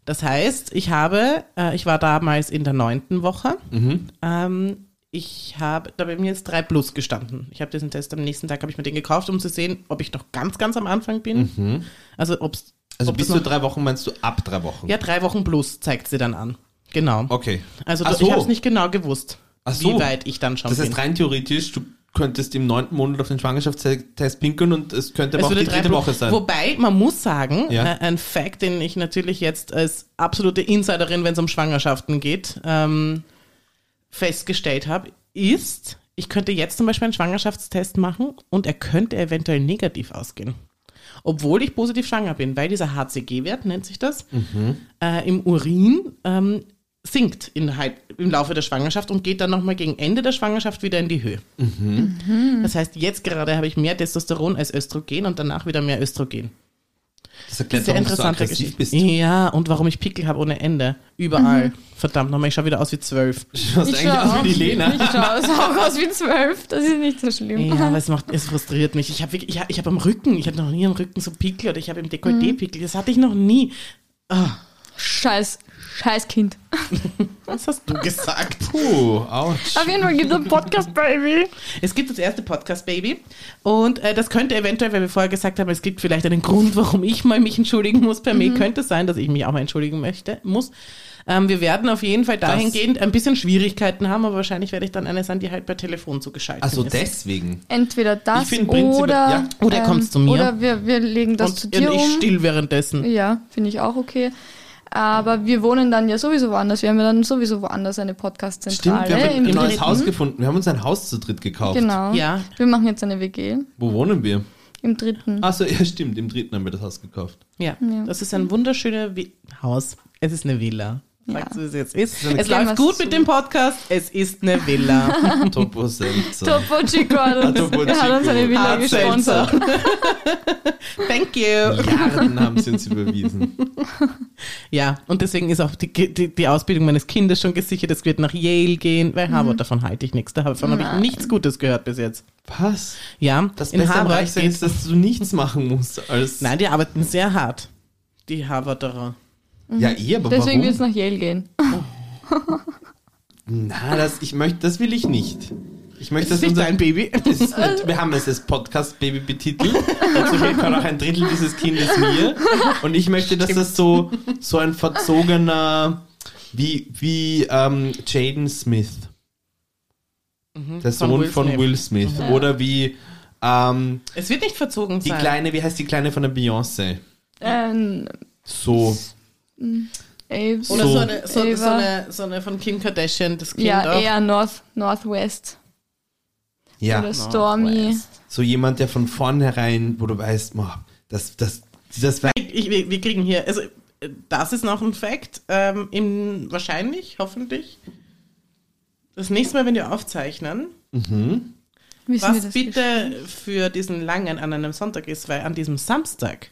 S1: Das heißt, ich habe, äh, ich war damals in der neunten Woche.
S3: Mhm.
S1: Ähm, ich habe da bei mir jetzt drei Plus gestanden. Ich habe diesen Test am nächsten Tag habe ich mir den gekauft, um zu sehen, ob ich noch ganz, ganz am Anfang bin. Also ob's,
S3: Mhm. Also
S1: ob
S3: bis
S1: das
S3: zu
S1: noch,
S3: drei Wochen meinst du ab drei Wochen?
S1: ja drei Wochen plus zeigt sie dann an. Genau.
S3: Okay.
S1: Also
S3: Ach
S1: da-
S3: so.
S1: ich habe es nicht genau gewusst,
S3: Ach so.
S1: wie weit ich dann schon
S3: Das
S1: bin.
S3: heißt rein theoretisch, du könntest im neunten Monat auf den Schwangerschaftstest pinkeln und es könnte
S1: Es
S3: aber auch die
S1: würde drei
S3: dritte
S1: Blo-
S3: Woche sein.
S1: Wobei, man muss sagen,
S3: Ja.
S1: äh, ein Fact, den ich natürlich jetzt als absolute Insiderin, wenn es um Schwangerschaften geht, ähm, festgestellt habe, ist, ich könnte jetzt zum Beispiel einen Schwangerschaftstest machen und er könnte eventuell negativ ausgehen. Obwohl ich positiv schwanger bin, weil dieser HCG-Wert, nennt sich das,
S3: Mhm.
S1: äh, im Urin ähm, sinkt innerhalb, im Laufe der Schwangerschaft und geht dann nochmal gegen Ende der Schwangerschaft wieder in die Höhe. Das heißt, jetzt gerade habe ich mehr Testosteron als Östrogen und danach wieder mehr Östrogen.
S3: Das erklärt,
S1: Sehr
S3: warum du Mhm. so
S1: interessante
S3: aggressiv
S1: Geschichte.
S3: bist.
S1: Ja, und warum ich Pickel habe ohne Ende. Überall. Verdammt nochmal, ich schaue wieder aus wie zwölf.
S3: Du schaust eigentlich
S2: schau
S3: aus wie die Lena.
S2: Ich schaue auch aus wie zwölf, das ist nicht so schlimm.
S1: Ja, aber es, macht, es frustriert mich. Ich habe wirklich- ich hab, ich hab am Rücken, ich habe noch nie am Rücken so Pickel oder ich habe im
S3: Mhm.
S1: Dekolleté Pickel. Das hatte ich noch nie.
S2: Scheiß, scheiß Kind.
S1: Was hast du gesagt?
S3: Puh, ouch.
S2: Auf jeden Fall gibt es einen Podcast, Baby.
S1: Es gibt das erste Podcast Baby und äh, das könnte eventuell, weil wir vorher gesagt haben, es gibt vielleicht einen Grund, warum ich mal mich entschuldigen muss. Bei
S2: Mhm.
S1: mir könnte es sein, dass ich mich auch mal entschuldigen möchte, muss. Ähm, wir werden auf jeden Fall dahingehend ein bisschen Schwierigkeiten haben, aber wahrscheinlich werde ich dann eine sein, die halt per Telefon zugeschaltet
S3: Also
S1: ist.
S3: deswegen.
S2: Entweder das
S3: Ich find prinzipiell-
S2: oder.
S3: ja.
S1: Oder er Oh, kommt zu mir.
S2: Ähm, Oder wir, wir legen das
S1: und,
S2: zu dir
S1: und ich
S2: um.
S1: still währenddessen.
S2: Ja, finde ich auch okay. Aber wir wohnen dann ja sowieso woanders. Wir haben ja dann sowieso woanders eine Podcast-Zentrale.
S3: Stimmt, wir haben
S2: im
S3: ein neues
S2: dritten.
S3: Haus gefunden. Wir haben uns ein Haus zu dritt gekauft.
S2: Genau.
S1: Ja.
S2: Wir machen jetzt eine WG
S3: Wo wohnen wir?
S2: im dritten.
S3: Achso, ja stimmt, im dritten haben wir das Haus gekauft.
S1: Ja. das ist ein wunderschönes Vi Haus. Es ist eine Villa. Sagst du, wie es jetzt ist?
S3: eine
S1: Es
S2: Kleine-
S1: läuft gut mit dem Podcast. Es ist eine Villa.
S3: Topo Seltzer.
S2: Topo Chico hat uns,
S3: Topo
S2: hat uns
S3: Chico.
S2: eine Villa
S1: Hard
S2: gesponsert.
S1: Thank you.
S3: Milliarden haben sie uns überwiesen.
S1: Ja, und deswegen ist auch die, die, die Ausbildung meines Kindes schon gesichert. Es wird nach Yale gehen, weil Harvard davon halte ich nichts. Davon habe ich nichts Gutes gehört bis jetzt.
S3: Was?
S1: Ja,
S3: Das
S1: in
S3: Beste am
S1: Harvard
S3: Reichsein ist,
S1: geht,
S3: dass du nichts machen musst. Als
S1: Nein, die arbeiten sehr hart, die Harvarderer.
S3: Ja, eh, aber
S2: Deswegen wird es
S3: warum?
S2: nach Yale gehen.
S3: Na, das, ich möchte, das will ich nicht. Ich möchte,
S1: Das
S3: dass
S1: ist nicht
S3: unser
S1: dein Baby.
S3: Das ist nicht, wir haben es als Podcast-Baby betitelt. Dazu gehört auch ein Drittel dieses Kindes mir. Und ich möchte, dass das so, so ein verzogener, wie, wie ähm, Jaden Smith. Der
S1: Mhm. von
S3: Sohn
S1: Will
S3: von
S1: Smith.
S3: Will Smith. Oder wie ähm,
S1: Es wird nicht verzogen
S3: die
S1: sein.
S3: kleine, wie heißt die kleine von der Beyoncé?
S2: Ähm,
S3: So.
S2: ey,
S1: Oder
S3: So.
S1: so, eine, so, so,
S2: Ava.
S1: eine, so eine von Kim Kardashian, das Kind
S2: ja,
S1: auch.
S2: eher North, Northwest
S3: Ja.
S2: oder
S1: Oh,
S2: Stormy.
S1: Northwest.
S3: So jemand, der von vornherein, wo du weißt, oh, das, das, das war
S1: Ich, ich, wir- wir kriegen hier, also äh, das ist noch ein Fact, ähm, im, wahrscheinlich, hoffentlich, das nächste Mal, wenn wir aufzeichnen,
S2: Wissen wir
S1: Was
S2: das
S1: bitte für diesen langen an einem Sonntag ist, weil an diesem Samstag,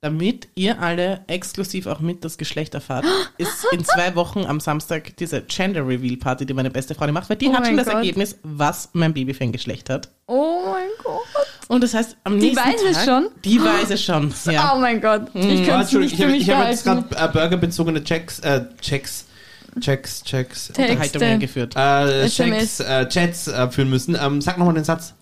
S1: damit ihr alle exklusiv auch mit das Geschlecht erfahrt, ist in zwei Wochen am Samstag diese Gender Reveal Party, die meine beste Freundin macht, weil die
S2: Oh
S1: hat schon
S2: mein
S1: das
S2: Gott.
S1: Ergebnis, was mein Baby für ein Geschlecht hat.
S2: Oh mein Gott.
S1: Und das heißt, am
S2: Die
S1: nächsten
S2: weiß
S1: Tag,
S2: es schon?
S1: Die weiß es schon.
S2: Oh
S1: Ja.
S2: mein Gott.
S1: Hm.
S2: Ich
S3: Ah,
S2: kann es
S3: Entschuldigung,
S2: nicht
S3: ich
S2: für
S3: habe
S2: mich
S3: ich hab jetzt
S2: behalten.
S3: gerade äh, burgerbezogene Checks, äh, Checks, Checks, Checks,
S1: Unterhaltung
S2: Texte.
S1: eingeführt.
S3: äh,
S2: SMS.
S3: Checks, äh, Chats äh, führen müssen. Ähm, sag nochmal den Satz.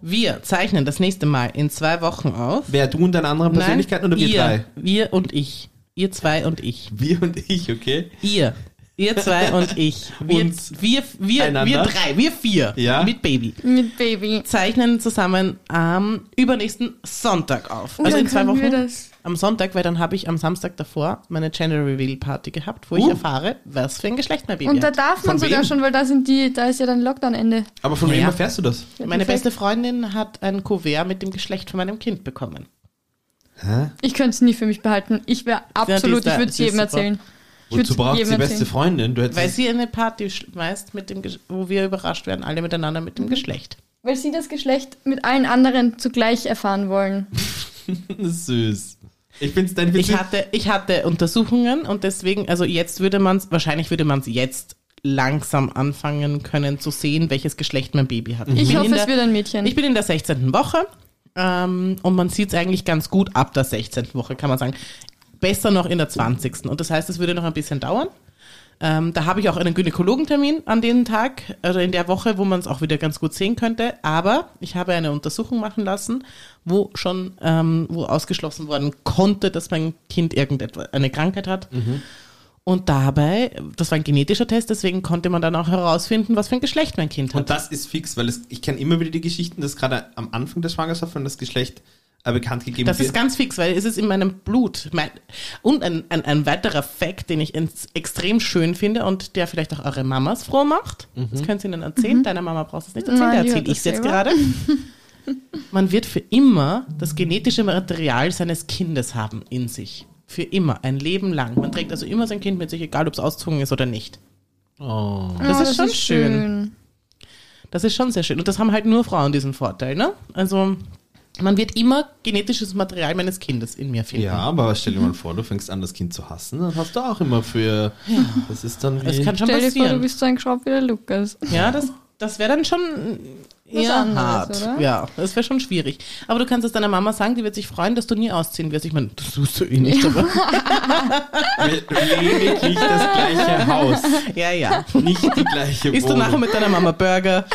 S1: Wir zeichnen das nächste Mal in zwei Wochen auf.
S3: Wer, du und deine anderen Persönlichkeiten oder wir
S1: ihr,
S3: drei?
S1: Wir und ich. Ihr zwei und ich.
S3: Wir und ich, okay?
S1: Ihr. Ihr zwei und ich. Wir,
S3: Uns.
S1: wir, wir, wir
S3: Einander.
S1: drei, wir vier.
S3: Ja.
S1: Mit Baby.
S2: Mit Baby.
S1: Zeichnen zusammen am übernächsten Sonntag auf.
S2: Oh,
S1: Also
S2: dann
S1: in zwei
S2: können wir
S1: Wochen.
S2: das.
S1: Am Sonntag, weil dann habe ich am Samstag davor meine Gender Reveal Party gehabt, wo ich
S3: Uh.
S1: erfahre, was für ein Geschlecht mein Baby
S2: Und da
S1: hat.
S2: darf man
S3: Von
S2: sogar
S3: wem?
S2: schon, weil da sind die, da ist ja dann Lockdown-Ende.
S3: Aber von
S1: Ja,
S3: wem
S1: ja.
S3: erfährst du das?
S1: Meine beste Freundin hat ein Kuvert mit dem Geschlecht von meinem Kind bekommen.
S2: Ich könnte es nie für mich behalten. Ich wäre
S1: die ist
S2: absolut,
S1: da-
S2: ich würde es
S1: die ist
S2: jedem
S1: super.
S2: erzählen. Ich würd's
S3: Wozu braucht sie
S2: jedem
S3: beste
S2: erzählen.
S3: Freundin? Du
S1: Weil
S3: hättest,
S1: sie eine Party schmeißt, mit dem Gesch- wo wir überrascht werden, alle miteinander mit
S2: Mhm.
S1: dem Geschlecht.
S2: Weil sie das Geschlecht mit allen anderen zugleich erfahren wollen.
S3: süß. Ich find's dein
S1: Ich
S3: Witz.
S1: hatte, ich hatte Untersuchungen und deswegen, also jetzt würde man es, wahrscheinlich würde man es jetzt langsam anfangen können zu sehen, welches Geschlecht mein Baby hat.
S2: Ich
S1: bin
S2: hoffe,
S1: Mhm. in
S2: es
S1: der-
S2: wird ein Mädchen.
S1: Ich bin in der 16. Woche ähm, und man sieht es eigentlich ganz gut ab der 16. Woche, kann man sagen. besser noch in der 20. Und das heißt, es würde noch ein bisschen dauern. Ähm, da habe ich auch einen Gynäkologentermin an dem Tag oder in der Woche, wo man es auch wieder ganz gut sehen könnte. Aber ich habe eine Untersuchung machen lassen, wo schon ähm, wo ausgeschlossen worden konnte, dass mein Kind irgendetwas eine Krankheit hat. Und dabei, das war ein genetischer Test, deswegen konnte man dann auch herausfinden, was für ein Geschlecht mein Kind hat.
S3: Und das ist fix, weil es, ich kenne immer wieder die Geschichten, dass gerade am Anfang der Schwangerschaft, wenn das Geschlecht äh, bekannt gegeben
S1: Das
S3: wird.
S1: ist ganz fix, weil es ist in meinem Blut. Mein, und ein, ein, ein weiterer Fact, den ich ins, extrem schön finde und der vielleicht auch eure Mamas froh macht. Das können sie ihnen erzählen. Deiner Mama brauchst du es nicht erzählen,
S2: Nein,
S1: der
S2: die
S1: erzähle
S2: hört
S1: ich
S2: das
S1: jetzt
S2: selber.
S1: gerade. Man wird für immer das genetische Material seines Kindes haben in sich. Für immer, ein Leben lang. Man trägt also immer sein Kind mit sich, egal ob es ausgezogen ist oder nicht.
S3: oh.
S1: Das
S2: Oh,
S1: ist schon schön. Das ist schon sehr schön. Und das haben halt nur Frauen diesen Vorteil, ne? Also, man wird immer genetisches Material meines Kindes in mir finden.
S3: Ja, aber stell dir
S1: Mhm.
S3: mal vor, du fängst an, das Kind zu hassen, dann hast du auch immer für. Das ist dann wie.
S1: Das kann schon
S2: Stell dir vor, du
S1: passieren.
S2: bist so ein Schraub wie der Lukas.
S1: Ja, das, das wäre dann schon eher
S2: anderes,
S1: hart.
S2: oder?
S1: Ja, das wäre schon schwierig. Aber du kannst es deiner Mama sagen, die wird sich freuen, dass du nie ausziehen wirst. Ich meine, das tust du eh nicht, aber.
S3: Le- lediglich das gleiche Haus,
S1: ja, ja.
S3: nicht die gleiche
S1: Isst du
S3: Wohnung.
S1: nachher mit deiner Mama Burger?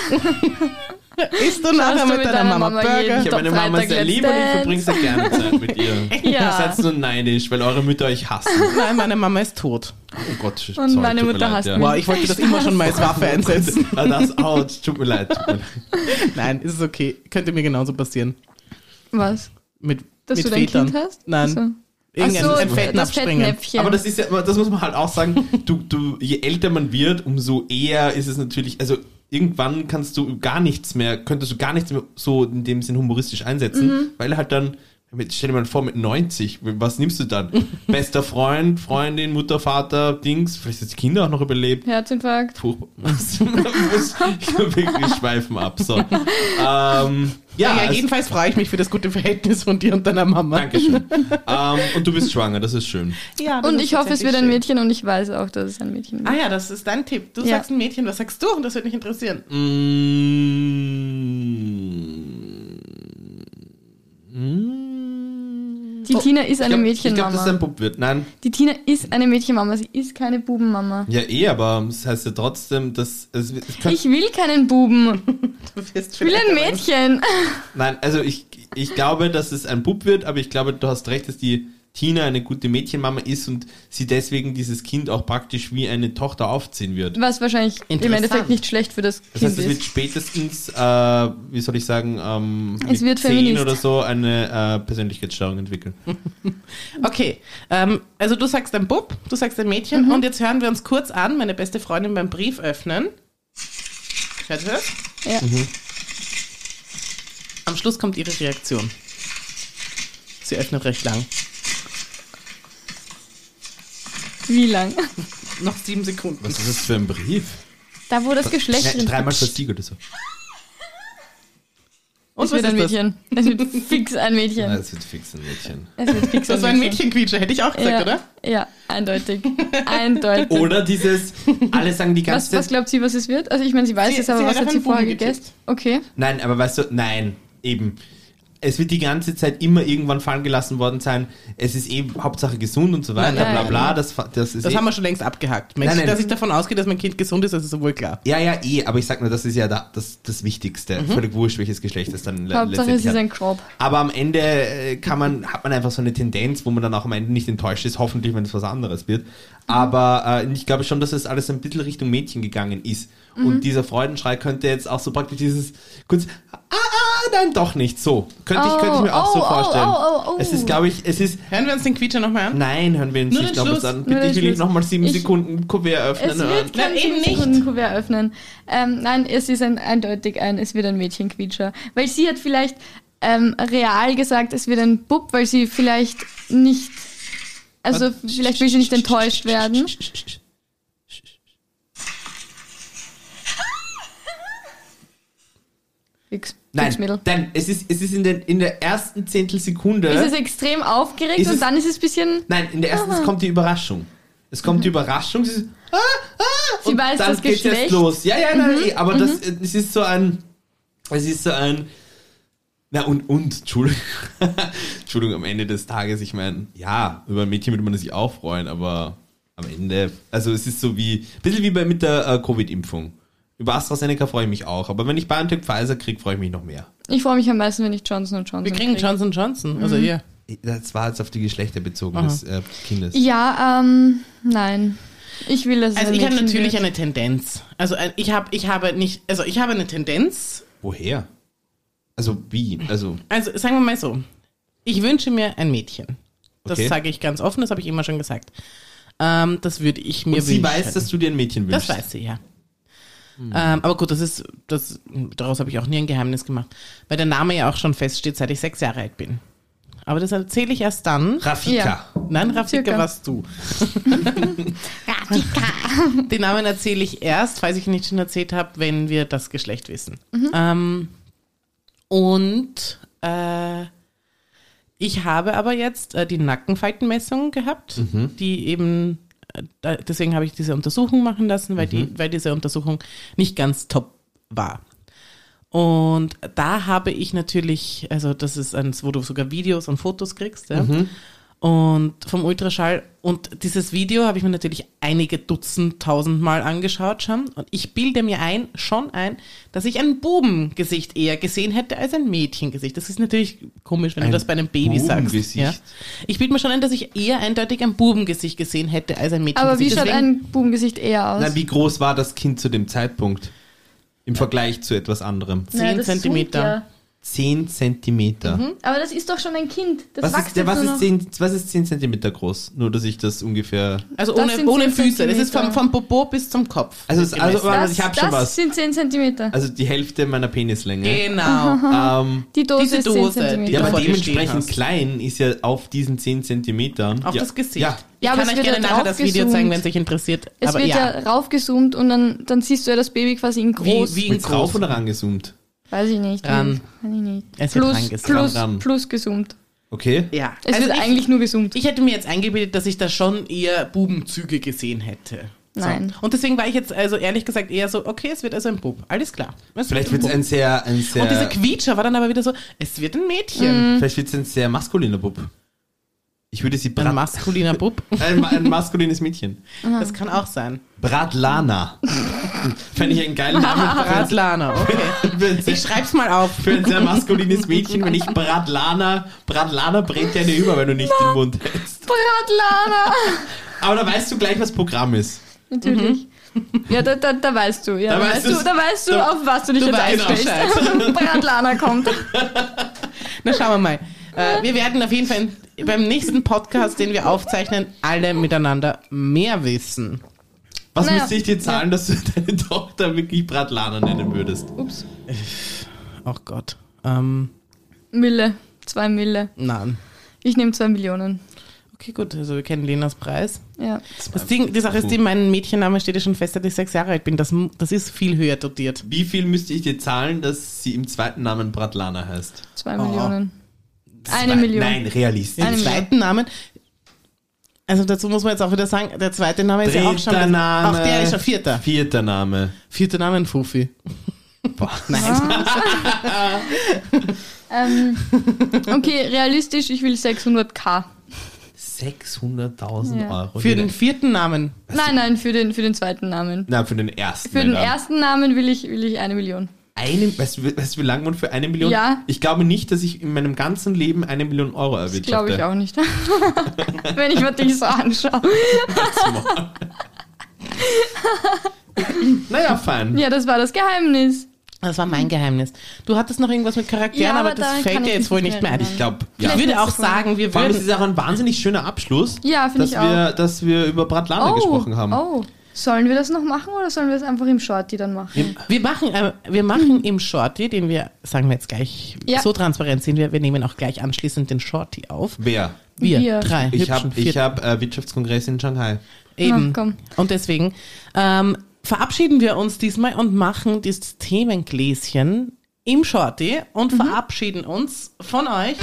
S1: Isst du nachher
S2: du
S1: mit,
S2: mit
S1: deiner,
S2: deiner
S1: Mama,
S2: Mama
S1: Burger?
S2: jeden
S3: ich habe meine Mama
S2: Freitag
S3: sehr
S2: Let's
S3: lieb und ich
S2: Dance.
S3: verbringe sehr gerne Zeit mit ihr.
S2: Ja.
S3: Ihr seid nur neidisch, weil eure Mütter euch hassen.
S1: Nein, meine Mama ist tot.
S3: Oh Gott, sorry,
S2: Und meine
S3: tut mir
S2: Mutter
S3: leid,
S2: hasst
S3: ja.
S2: mich.
S1: Boah, ich wollte das immer schon mal als Waffe einsetzen.
S3: Ah, Das, ouch, tut mir leid. Tut mir leid.
S1: Nein, ist es okay. Könnte mir genauso passieren.
S2: Was?
S1: Mit,
S2: Dass
S1: mit
S2: du dein
S1: Vätern.
S2: Kind hast?
S1: Nein.
S2: Ach so.
S1: Irgendein
S2: Ach so,
S1: ein
S2: das
S1: Fettnapfspringen.
S2: Fettnäpfchen.
S3: Aber das ist ja, das muss man halt auch sagen, du, du, je älter man wird, umso eher ist es natürlich, also irgendwann kannst du gar nichts mehr, könntest du gar nichts mehr so in dem Sinn humoristisch einsetzen, weil halt dann, mit, stell dir mal vor, mit 90, was nimmst du dann? Bester Freund, Freundin, Mutter, Vater, Dings, vielleicht hast du die Kinder auch noch überlebt.
S2: Herzinfarkt.
S3: Furchtbar. Was? ich glaub, wir wir schweifen ab. So. Ähm, ja,
S1: Ja,
S3: also,
S1: jedenfalls freue ich mich für das gute Verhältnis von dir und deiner Mama.
S3: Dankeschön. ähm, und du bist schwanger, das ist schön.
S1: Ja, das
S2: Und
S1: ist
S2: ich hoffe, es wird ein
S1: tatsächlich schön.
S2: Mädchen und ich weiß auch, dass es ein Mädchen wird.
S1: Ah ja, das ist dein Tipp. Du
S2: Ja. Mhm.
S1: sagst ein Mädchen, was sagst du? Und das würde mich interessieren.
S3: Mm.
S2: Die Tina ist eine
S3: Ich glaube, dass
S2: Mädchenmama.
S3: es ein Bub wird. Nein,
S2: die Tina ist eine Mädchenmama, sie ist keine Bubenmama.
S3: ja eh, aber das heißt ja trotzdem, dass es, es könnte,
S2: Ich will keinen Buben.
S1: Du wirst
S2: Ich will ein Mädchen.
S3: nein, also ich, ich glaube, dass es ein Bub wird, aber ich glaube, du hast recht, dass die Tina eine gute Mädchenmama ist und sie deswegen dieses Kind auch praktisch wie eine Tochter aufziehen wird.
S2: Was wahrscheinlich im
S1: Interessant.
S2: Endeffekt nicht schlecht für das
S3: Das heißt,
S2: Kind
S3: es wird
S2: ist.
S3: spätestens, äh, wie soll ich sagen, ähm,
S2: Es
S3: mit
S2: wird
S3: 10
S2: Feminist.
S3: oder so eine äh, Persönlichkeitsstörung entwickeln.
S1: Okay, ähm, also du sagst ein Bub, du sagst ein Mädchen
S2: Mhm.
S1: und jetzt hören wir uns kurz an, meine beste Freundin beim Brief öffnen. Hört ihr das?
S2: Ja.
S3: Mhm.
S1: Am Schluss kommt ihre Reaktion. Sie öffnet recht lang.
S2: Wie lang?
S1: Noch sieben Sekunden.
S3: Was ist das für ein Brief?
S2: Da, wo das Geschlecht
S3: Äh, Drei-
S2: drin
S3: Dreimal versiegelt oder so.
S2: Es wird ein Mädchen. Es wird fix ein
S3: Ja,
S2: Mädchen.
S3: es wird fix ein Mädchen.
S2: Es wird fix
S1: Das war ein Mädchenquietscher, hätte ich auch gesagt,
S2: ja.
S1: oder? Oh,
S2: Ja, eindeutig. Eindeutig.
S3: Oder dieses, alle sagen die
S2: Was,
S3: ganze
S2: was
S3: Zeit.
S2: glaubt sie, was es wird? Also ich meine, sie weiß
S1: Sie-
S2: es, aber
S1: sie
S2: was
S1: hat
S2: hat
S1: auf
S2: sie
S1: einen
S2: vorher
S1: Buben
S2: gegessen? Okay.
S3: Nein, aber weißt du, nein, eben. Es wird die ganze Zeit immer irgendwann fallen gelassen worden sein. Es ist eben Hauptsache gesund und so weiter,
S1: Nein,
S3: bla
S2: nein,
S3: bla. Das, fa- das ist
S1: Das
S3: eh,
S1: haben wir schon längst abgehakt. Mensch,
S3: Nein, nein.
S1: dass ich davon ausgehe, dass mein Kind gesund ist, das ist wohl klar.
S3: ja, ja, eh, aber ich sag nur, das ist ja da, das, das Wichtigste.
S1: Mhm.
S3: Völlig wurscht, welches Geschlecht es dann le-
S2: Hauptsache, es
S3: letztendlich
S2: ist
S3: hat.
S2: ein Crop.
S3: Aber am Ende äh, kann man, hat man einfach so eine Tendenz, wo man dann auch am Ende nicht enttäuscht ist, hoffentlich, wenn es was anderes wird. Aber äh, ich glaube schon, dass es alles ein bisschen Richtung Mädchen gegangen ist.
S2: Mhm.
S3: Und dieser Freudenschrei könnte jetzt auch so praktisch dieses kurz, ah, ah, nein, doch nicht, so. Könnte ich,
S2: Oh,
S3: könnte ich mir auch
S2: oh,
S3: so
S2: oh,
S3: vorstellen.
S2: oh, oh, oh.
S3: Es ist, glaube ich, es ist,
S1: Hören wir uns den Quietscher nochmal an?
S3: nein, hören wir uns
S1: Nur
S3: nicht
S1: den
S3: nochmal
S1: Schluss,
S3: an.
S2: nur
S3: Bitte,
S2: den
S3: ich will nicht
S2: Schluss.
S3: nochmal sieben
S2: Ich-
S3: Sekunden Kuvert öffnen.
S2: Es
S3: hören.
S2: wird kein
S1: Nein, eben
S2: sieben
S1: nicht.
S2: Sekunden Kuvert öffnen. Ähm, nein, es ist ein, eindeutig ein, es wird ein Mädchenquietscher. Weil sie hat vielleicht ähm, real gesagt, es wird ein Bub, weil sie vielleicht nicht, also vielleicht will sie nicht enttäuscht werden. Fix.
S3: Nein,
S2: Fix Mädel.
S3: nein, es ist, es ist in, der, in der ersten Zehntelsekunde.
S2: Ist es extrem aufgeregt
S3: Äh? Ist es-
S2: und dann ist es ein bisschen,
S3: Nein, in der ersten es kommt die Überraschung. Es kommt
S2: Mhm.
S3: die Überraschung. Sie, ist, ah, ah,
S2: Sie weiß das
S3: geht's erst
S2: Geschlecht.
S3: los. Ja, ja, nein, eh, aber das, äh, es ist so ein, es ist so ein, na und und, Entschuldigung. Entschuldigung, am Ende des Tages, ich meine, ja, über ein Mädchen würde man sich auch freuen, aber am Ende, also es ist so wie, ein bisschen wie bei, mit der äh, Covid-Impfung. Über AstraZeneca freue ich mich auch, aber wenn ich BioNTech Pfizer kriege, freue ich mich noch mehr.
S2: Ich freue mich am meisten, wenn ich Johnson Johnson
S1: Wir kriegen
S2: krieg.
S1: Johnson Johnson,
S2: Mhm.
S1: also ihr.
S3: Eh, Das war jetzt auf die Geschlechter bezogen des äh, Kindes.
S2: Ja, ähm, nein. Ich will, dass es
S1: Also
S2: ein
S1: ich habe
S2: Mädchen
S1: natürlich
S2: wird.
S1: eine Tendenz. Also äh, ich habe, ich habe nicht, also ich habe eine Tendenz.
S3: Woher? Also wie? Also,
S1: Also sagen wir mal so, ich wünsche mir ein Mädchen. Das
S3: Okay.
S1: sage ich ganz offen, das habe ich immer schon gesagt. Ähm, das würde ich mir
S3: und sie
S1: wünschen.
S3: weiß, dass du dir ein Mädchen wünschst.
S1: Das weiß sie, ja. Ähm, aber gut, das ist, das, daraus habe ich auch nie ein Geheimnis gemacht, weil der Name ja auch schon feststeht, seit ich sechs Jahre alt bin. Aber das erzähle ich erst dann.
S3: Rafika.
S1: Nein, Rafika
S2: Circa.
S1: warst du. Rafika. Den Namen erzähle ich erst, falls ich ihn nicht schon erzählt habe, wenn wir das Geschlecht wissen. Ähm, und äh, ich habe aber jetzt äh, die Nackenfaltenmessung gehabt, die eben, äh, da, deswegen habe ich diese Untersuchung machen lassen, weil,
S3: Mhm.
S1: die, weil diese Untersuchung nicht ganz top war. Und da habe ich natürlich, also das ist eins, wo du sogar Videos und Fotos kriegst, ja.
S3: Mhm.
S1: Und vom Ultraschall. Und dieses Video habe ich mir natürlich einige Dutzend, tausendmal angeschaut schon. Und ich bilde mir ein, schon ein, dass ich ein Bubengesicht eher gesehen hätte als ein Mädchengesicht. Das ist natürlich komisch, wenn
S3: Ein
S1: du das bei einem Baby sagst.
S3: Bubengesicht.
S1: Ja. Ich bilde mir schon ein, dass ich eher eindeutig ein Bubengesicht gesehen hätte als ein Mädchengesicht.
S2: Aber wie schaut
S1: Deswegen-
S2: ein Bubengesicht eher aus?
S3: Na, wie groß war das Kind zu dem Zeitpunkt? Im Vergleich zu etwas anderem.
S2: Naja,
S1: 10
S2: das zoomt
S1: Zentimeter.
S2: ja.
S3: 10 Zentimeter.
S2: Aber das ist doch schon ein Kind. Mhm. Das
S3: Was
S2: wächst
S3: ist, der,
S2: jetzt
S3: was,
S2: nur
S3: ist
S2: noch.
S3: 10, was ist 10 Zentimeter groß? Nur, dass ich das ungefähr.
S1: Also
S2: Das
S1: ohne,
S2: sind
S1: ohne
S2: vier
S1: Füße. Das ist vom,
S2: Zentimeter.
S1: vom Popo bis zum Kopf.
S3: Also, es- also
S1: gemessen.
S2: das,
S3: ich habe schon
S2: das
S3: was.
S2: sind 10 Zentimeter.
S3: Also die Hälfte meiner Penislänge.
S1: Genau.
S3: Ähm,
S2: Die Dose
S1: diese
S2: ist
S1: Dose,
S2: 10
S1: die-
S2: Zentimeter.
S3: ja,
S1: du
S3: aber
S1: vor dir stehen
S3: dementsprechend
S1: hast.
S3: klein ist ja auf diesen 10 Zentimetern.
S1: Auf
S3: ja.
S1: das Gesicht.
S3: Ja.
S1: Ich
S2: Ja, aber
S1: kann
S2: es
S1: euch
S2: wird
S1: gerne
S2: ja
S1: nachher das Video
S2: draufgezoomt.
S1: zeigen, wenn es euch interessiert.
S2: es
S1: aber
S2: wird ja,
S1: ja,
S2: raufgezoomt und dann, dann siehst du ja das Baby quasi in groß.
S1: wie, wie ein
S3: Wird's rauf
S1: Groß.
S3: oder rangezoomt?
S2: Weiß ich nicht.
S1: Ran.
S2: Weiß ich nicht.
S1: Es wird
S2: plus,
S1: rangezoomt.
S2: plus,
S3: Ran.
S2: plus gezoomt.
S3: Okay.
S1: Ja.
S2: Es
S1: also
S2: wird
S1: ich,
S2: eigentlich nur gezoomt.
S1: ich hätte mir jetzt eingebildet, dass ich da schon eher Bubenzüge gesehen hätte.
S2: Nein.
S1: Und deswegen war ich jetzt also ehrlich gesagt eher so, okay, es wird also ein Bub. Alles klar. Es
S3: Vielleicht wird es
S1: ein
S3: ein sehr. Ein
S1: Bub.
S3: sehr
S1: Und Oh, diese Quietscher war dann aber wieder so, es wird ein
S2: Hm.
S1: Mädchen.
S3: Vielleicht wird es ein sehr maskuliner Bub. Ich würde sie
S1: Ein
S3: Brat.
S1: maskuliner Bub.
S3: ein, ma- ein maskulines Mädchen.
S1: Das kann auch sein.
S3: Bratlana. Fände ich einen geilen Namen.
S1: Radlana, okay.
S3: Für ein sehr-
S1: Ich schreib's mal auf.
S3: für ein sehr maskulines Mädchen, wenn ich Bratlana, Bratlana brennt dir eine über, wenn du nicht den Mund hältst.
S2: Bratlana!
S3: Aber da weißt du gleich, was Programm ist.
S2: Natürlich. Mhm. Ja, da, da, da weißt du. Ja, da, weißt du, da weißt du,
S3: da-
S2: auf was du dich
S1: du
S2: jetzt
S1: weißt
S2: einstellst. Bratlana kommt.
S1: Na, schauen wir mal. Äh, wir werden auf jeden Fall in, beim nächsten Podcast, den wir aufzeichnen, alle miteinander mehr wissen.
S3: Was
S2: Naja.
S3: müsste ich dir zahlen, dass du deine Tochter wirklich Bratlana nennen würdest?
S2: Ups.
S1: Oh Gott. Ähm,
S2: Mille. Zwei Mille.
S1: nein.
S2: Ich nehme zwei Millionen.
S1: Okay, gut. Also wir kennen Lenas Preis.
S2: Ja.
S1: Das Ding, die Sache ist die, mein Mädchenname steht ja schon fest, seit ich sechs Jahre alt bin. Das, m- das ist viel höher dotiert.
S3: Wie viel müsste ich dir zahlen, dass sie im zweiten Namen Bratlana heißt?
S2: Zwei Millionen. Eine Million.
S3: Nein, realistisch.
S1: Den
S2: Eine Million.
S1: zweiten Namen. Also dazu muss man jetzt auch wieder sagen, der zweite Name ist ja auch schon.
S3: Dritter Name.
S1: Auch der ist schon vierter.
S3: Vierter Name.
S1: Vierter Name ein Fufi. Nein.
S2: Ähm, okay, realistisch, ich will 600k.
S3: 600.000
S2: Ja.
S3: Euro.
S1: Für den vierten Namen.
S2: Nein, nein, für den, für den zweiten Namen.
S3: Nein, für den ersten.
S2: Für den
S3: Namen.
S2: ersten Namen will ich, will ich eine Million.
S3: Eine, weißt, du, wie- weißt du, wie lange man für eine Million?
S2: Ja.
S3: Ich glaube nicht, dass ich in meinem ganzen Leben eine Million Euro
S2: Das
S3: erwirtschafte.
S2: glaube ich auch nicht. Wenn ich mir dich so anschaue.
S3: Naja, fein.
S2: Ja, das war das Geheimnis.
S1: Das war mein Geheimnis. Du hattest noch irgendwas mit Charakteren,
S2: Hm. Ja,
S1: aber
S2: aber
S1: das
S2: da
S1: fällt
S2: kann
S1: dir
S2: ich
S1: jetzt wohl
S2: mich
S1: nicht mehr ein.
S2: erinnern.
S3: Ich glaube,
S1: Ich
S3: ja.
S2: Vielleicht
S1: würde auch
S2: nächstes Mal.
S1: sagen, wir
S3: Vor allem, das ist
S1: würden.
S3: auch ein wahnsinnig schöner Abschluss,
S2: Ja, finde
S3: dass,
S2: ich auch.
S3: wir, dass wir über Bratlana gesprochen haben.
S2: oh, sollen wir das noch machen oder sollen wir das einfach im Shorty dann machen?
S1: Wir machen, äh, wir machen im Shorty, den wir, sagen wir jetzt gleich,
S2: Ja.
S1: so transparent sind wir, wir nehmen auch gleich anschließend den Shorty auf.
S3: Wer?
S1: Wir,
S2: Wir.
S1: drei,
S3: Ich
S1: hübschen,
S3: habe
S1: vier-
S3: hab, äh, Wirtschaftskongress in Shanghai.
S1: eben.
S2: Na, komm.
S1: Und deswegen ähm, verabschieden wir uns diesmal und machen dieses Themengläschen im Shorty und verabschieden uns von euch.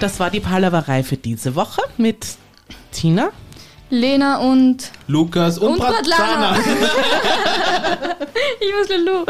S1: Das war die Palaverei für diese Woche mit Tina.
S2: Lena und
S3: Lukas und,
S2: Und
S3: Bratlana.
S2: Bratlana. Ich muss Lulu.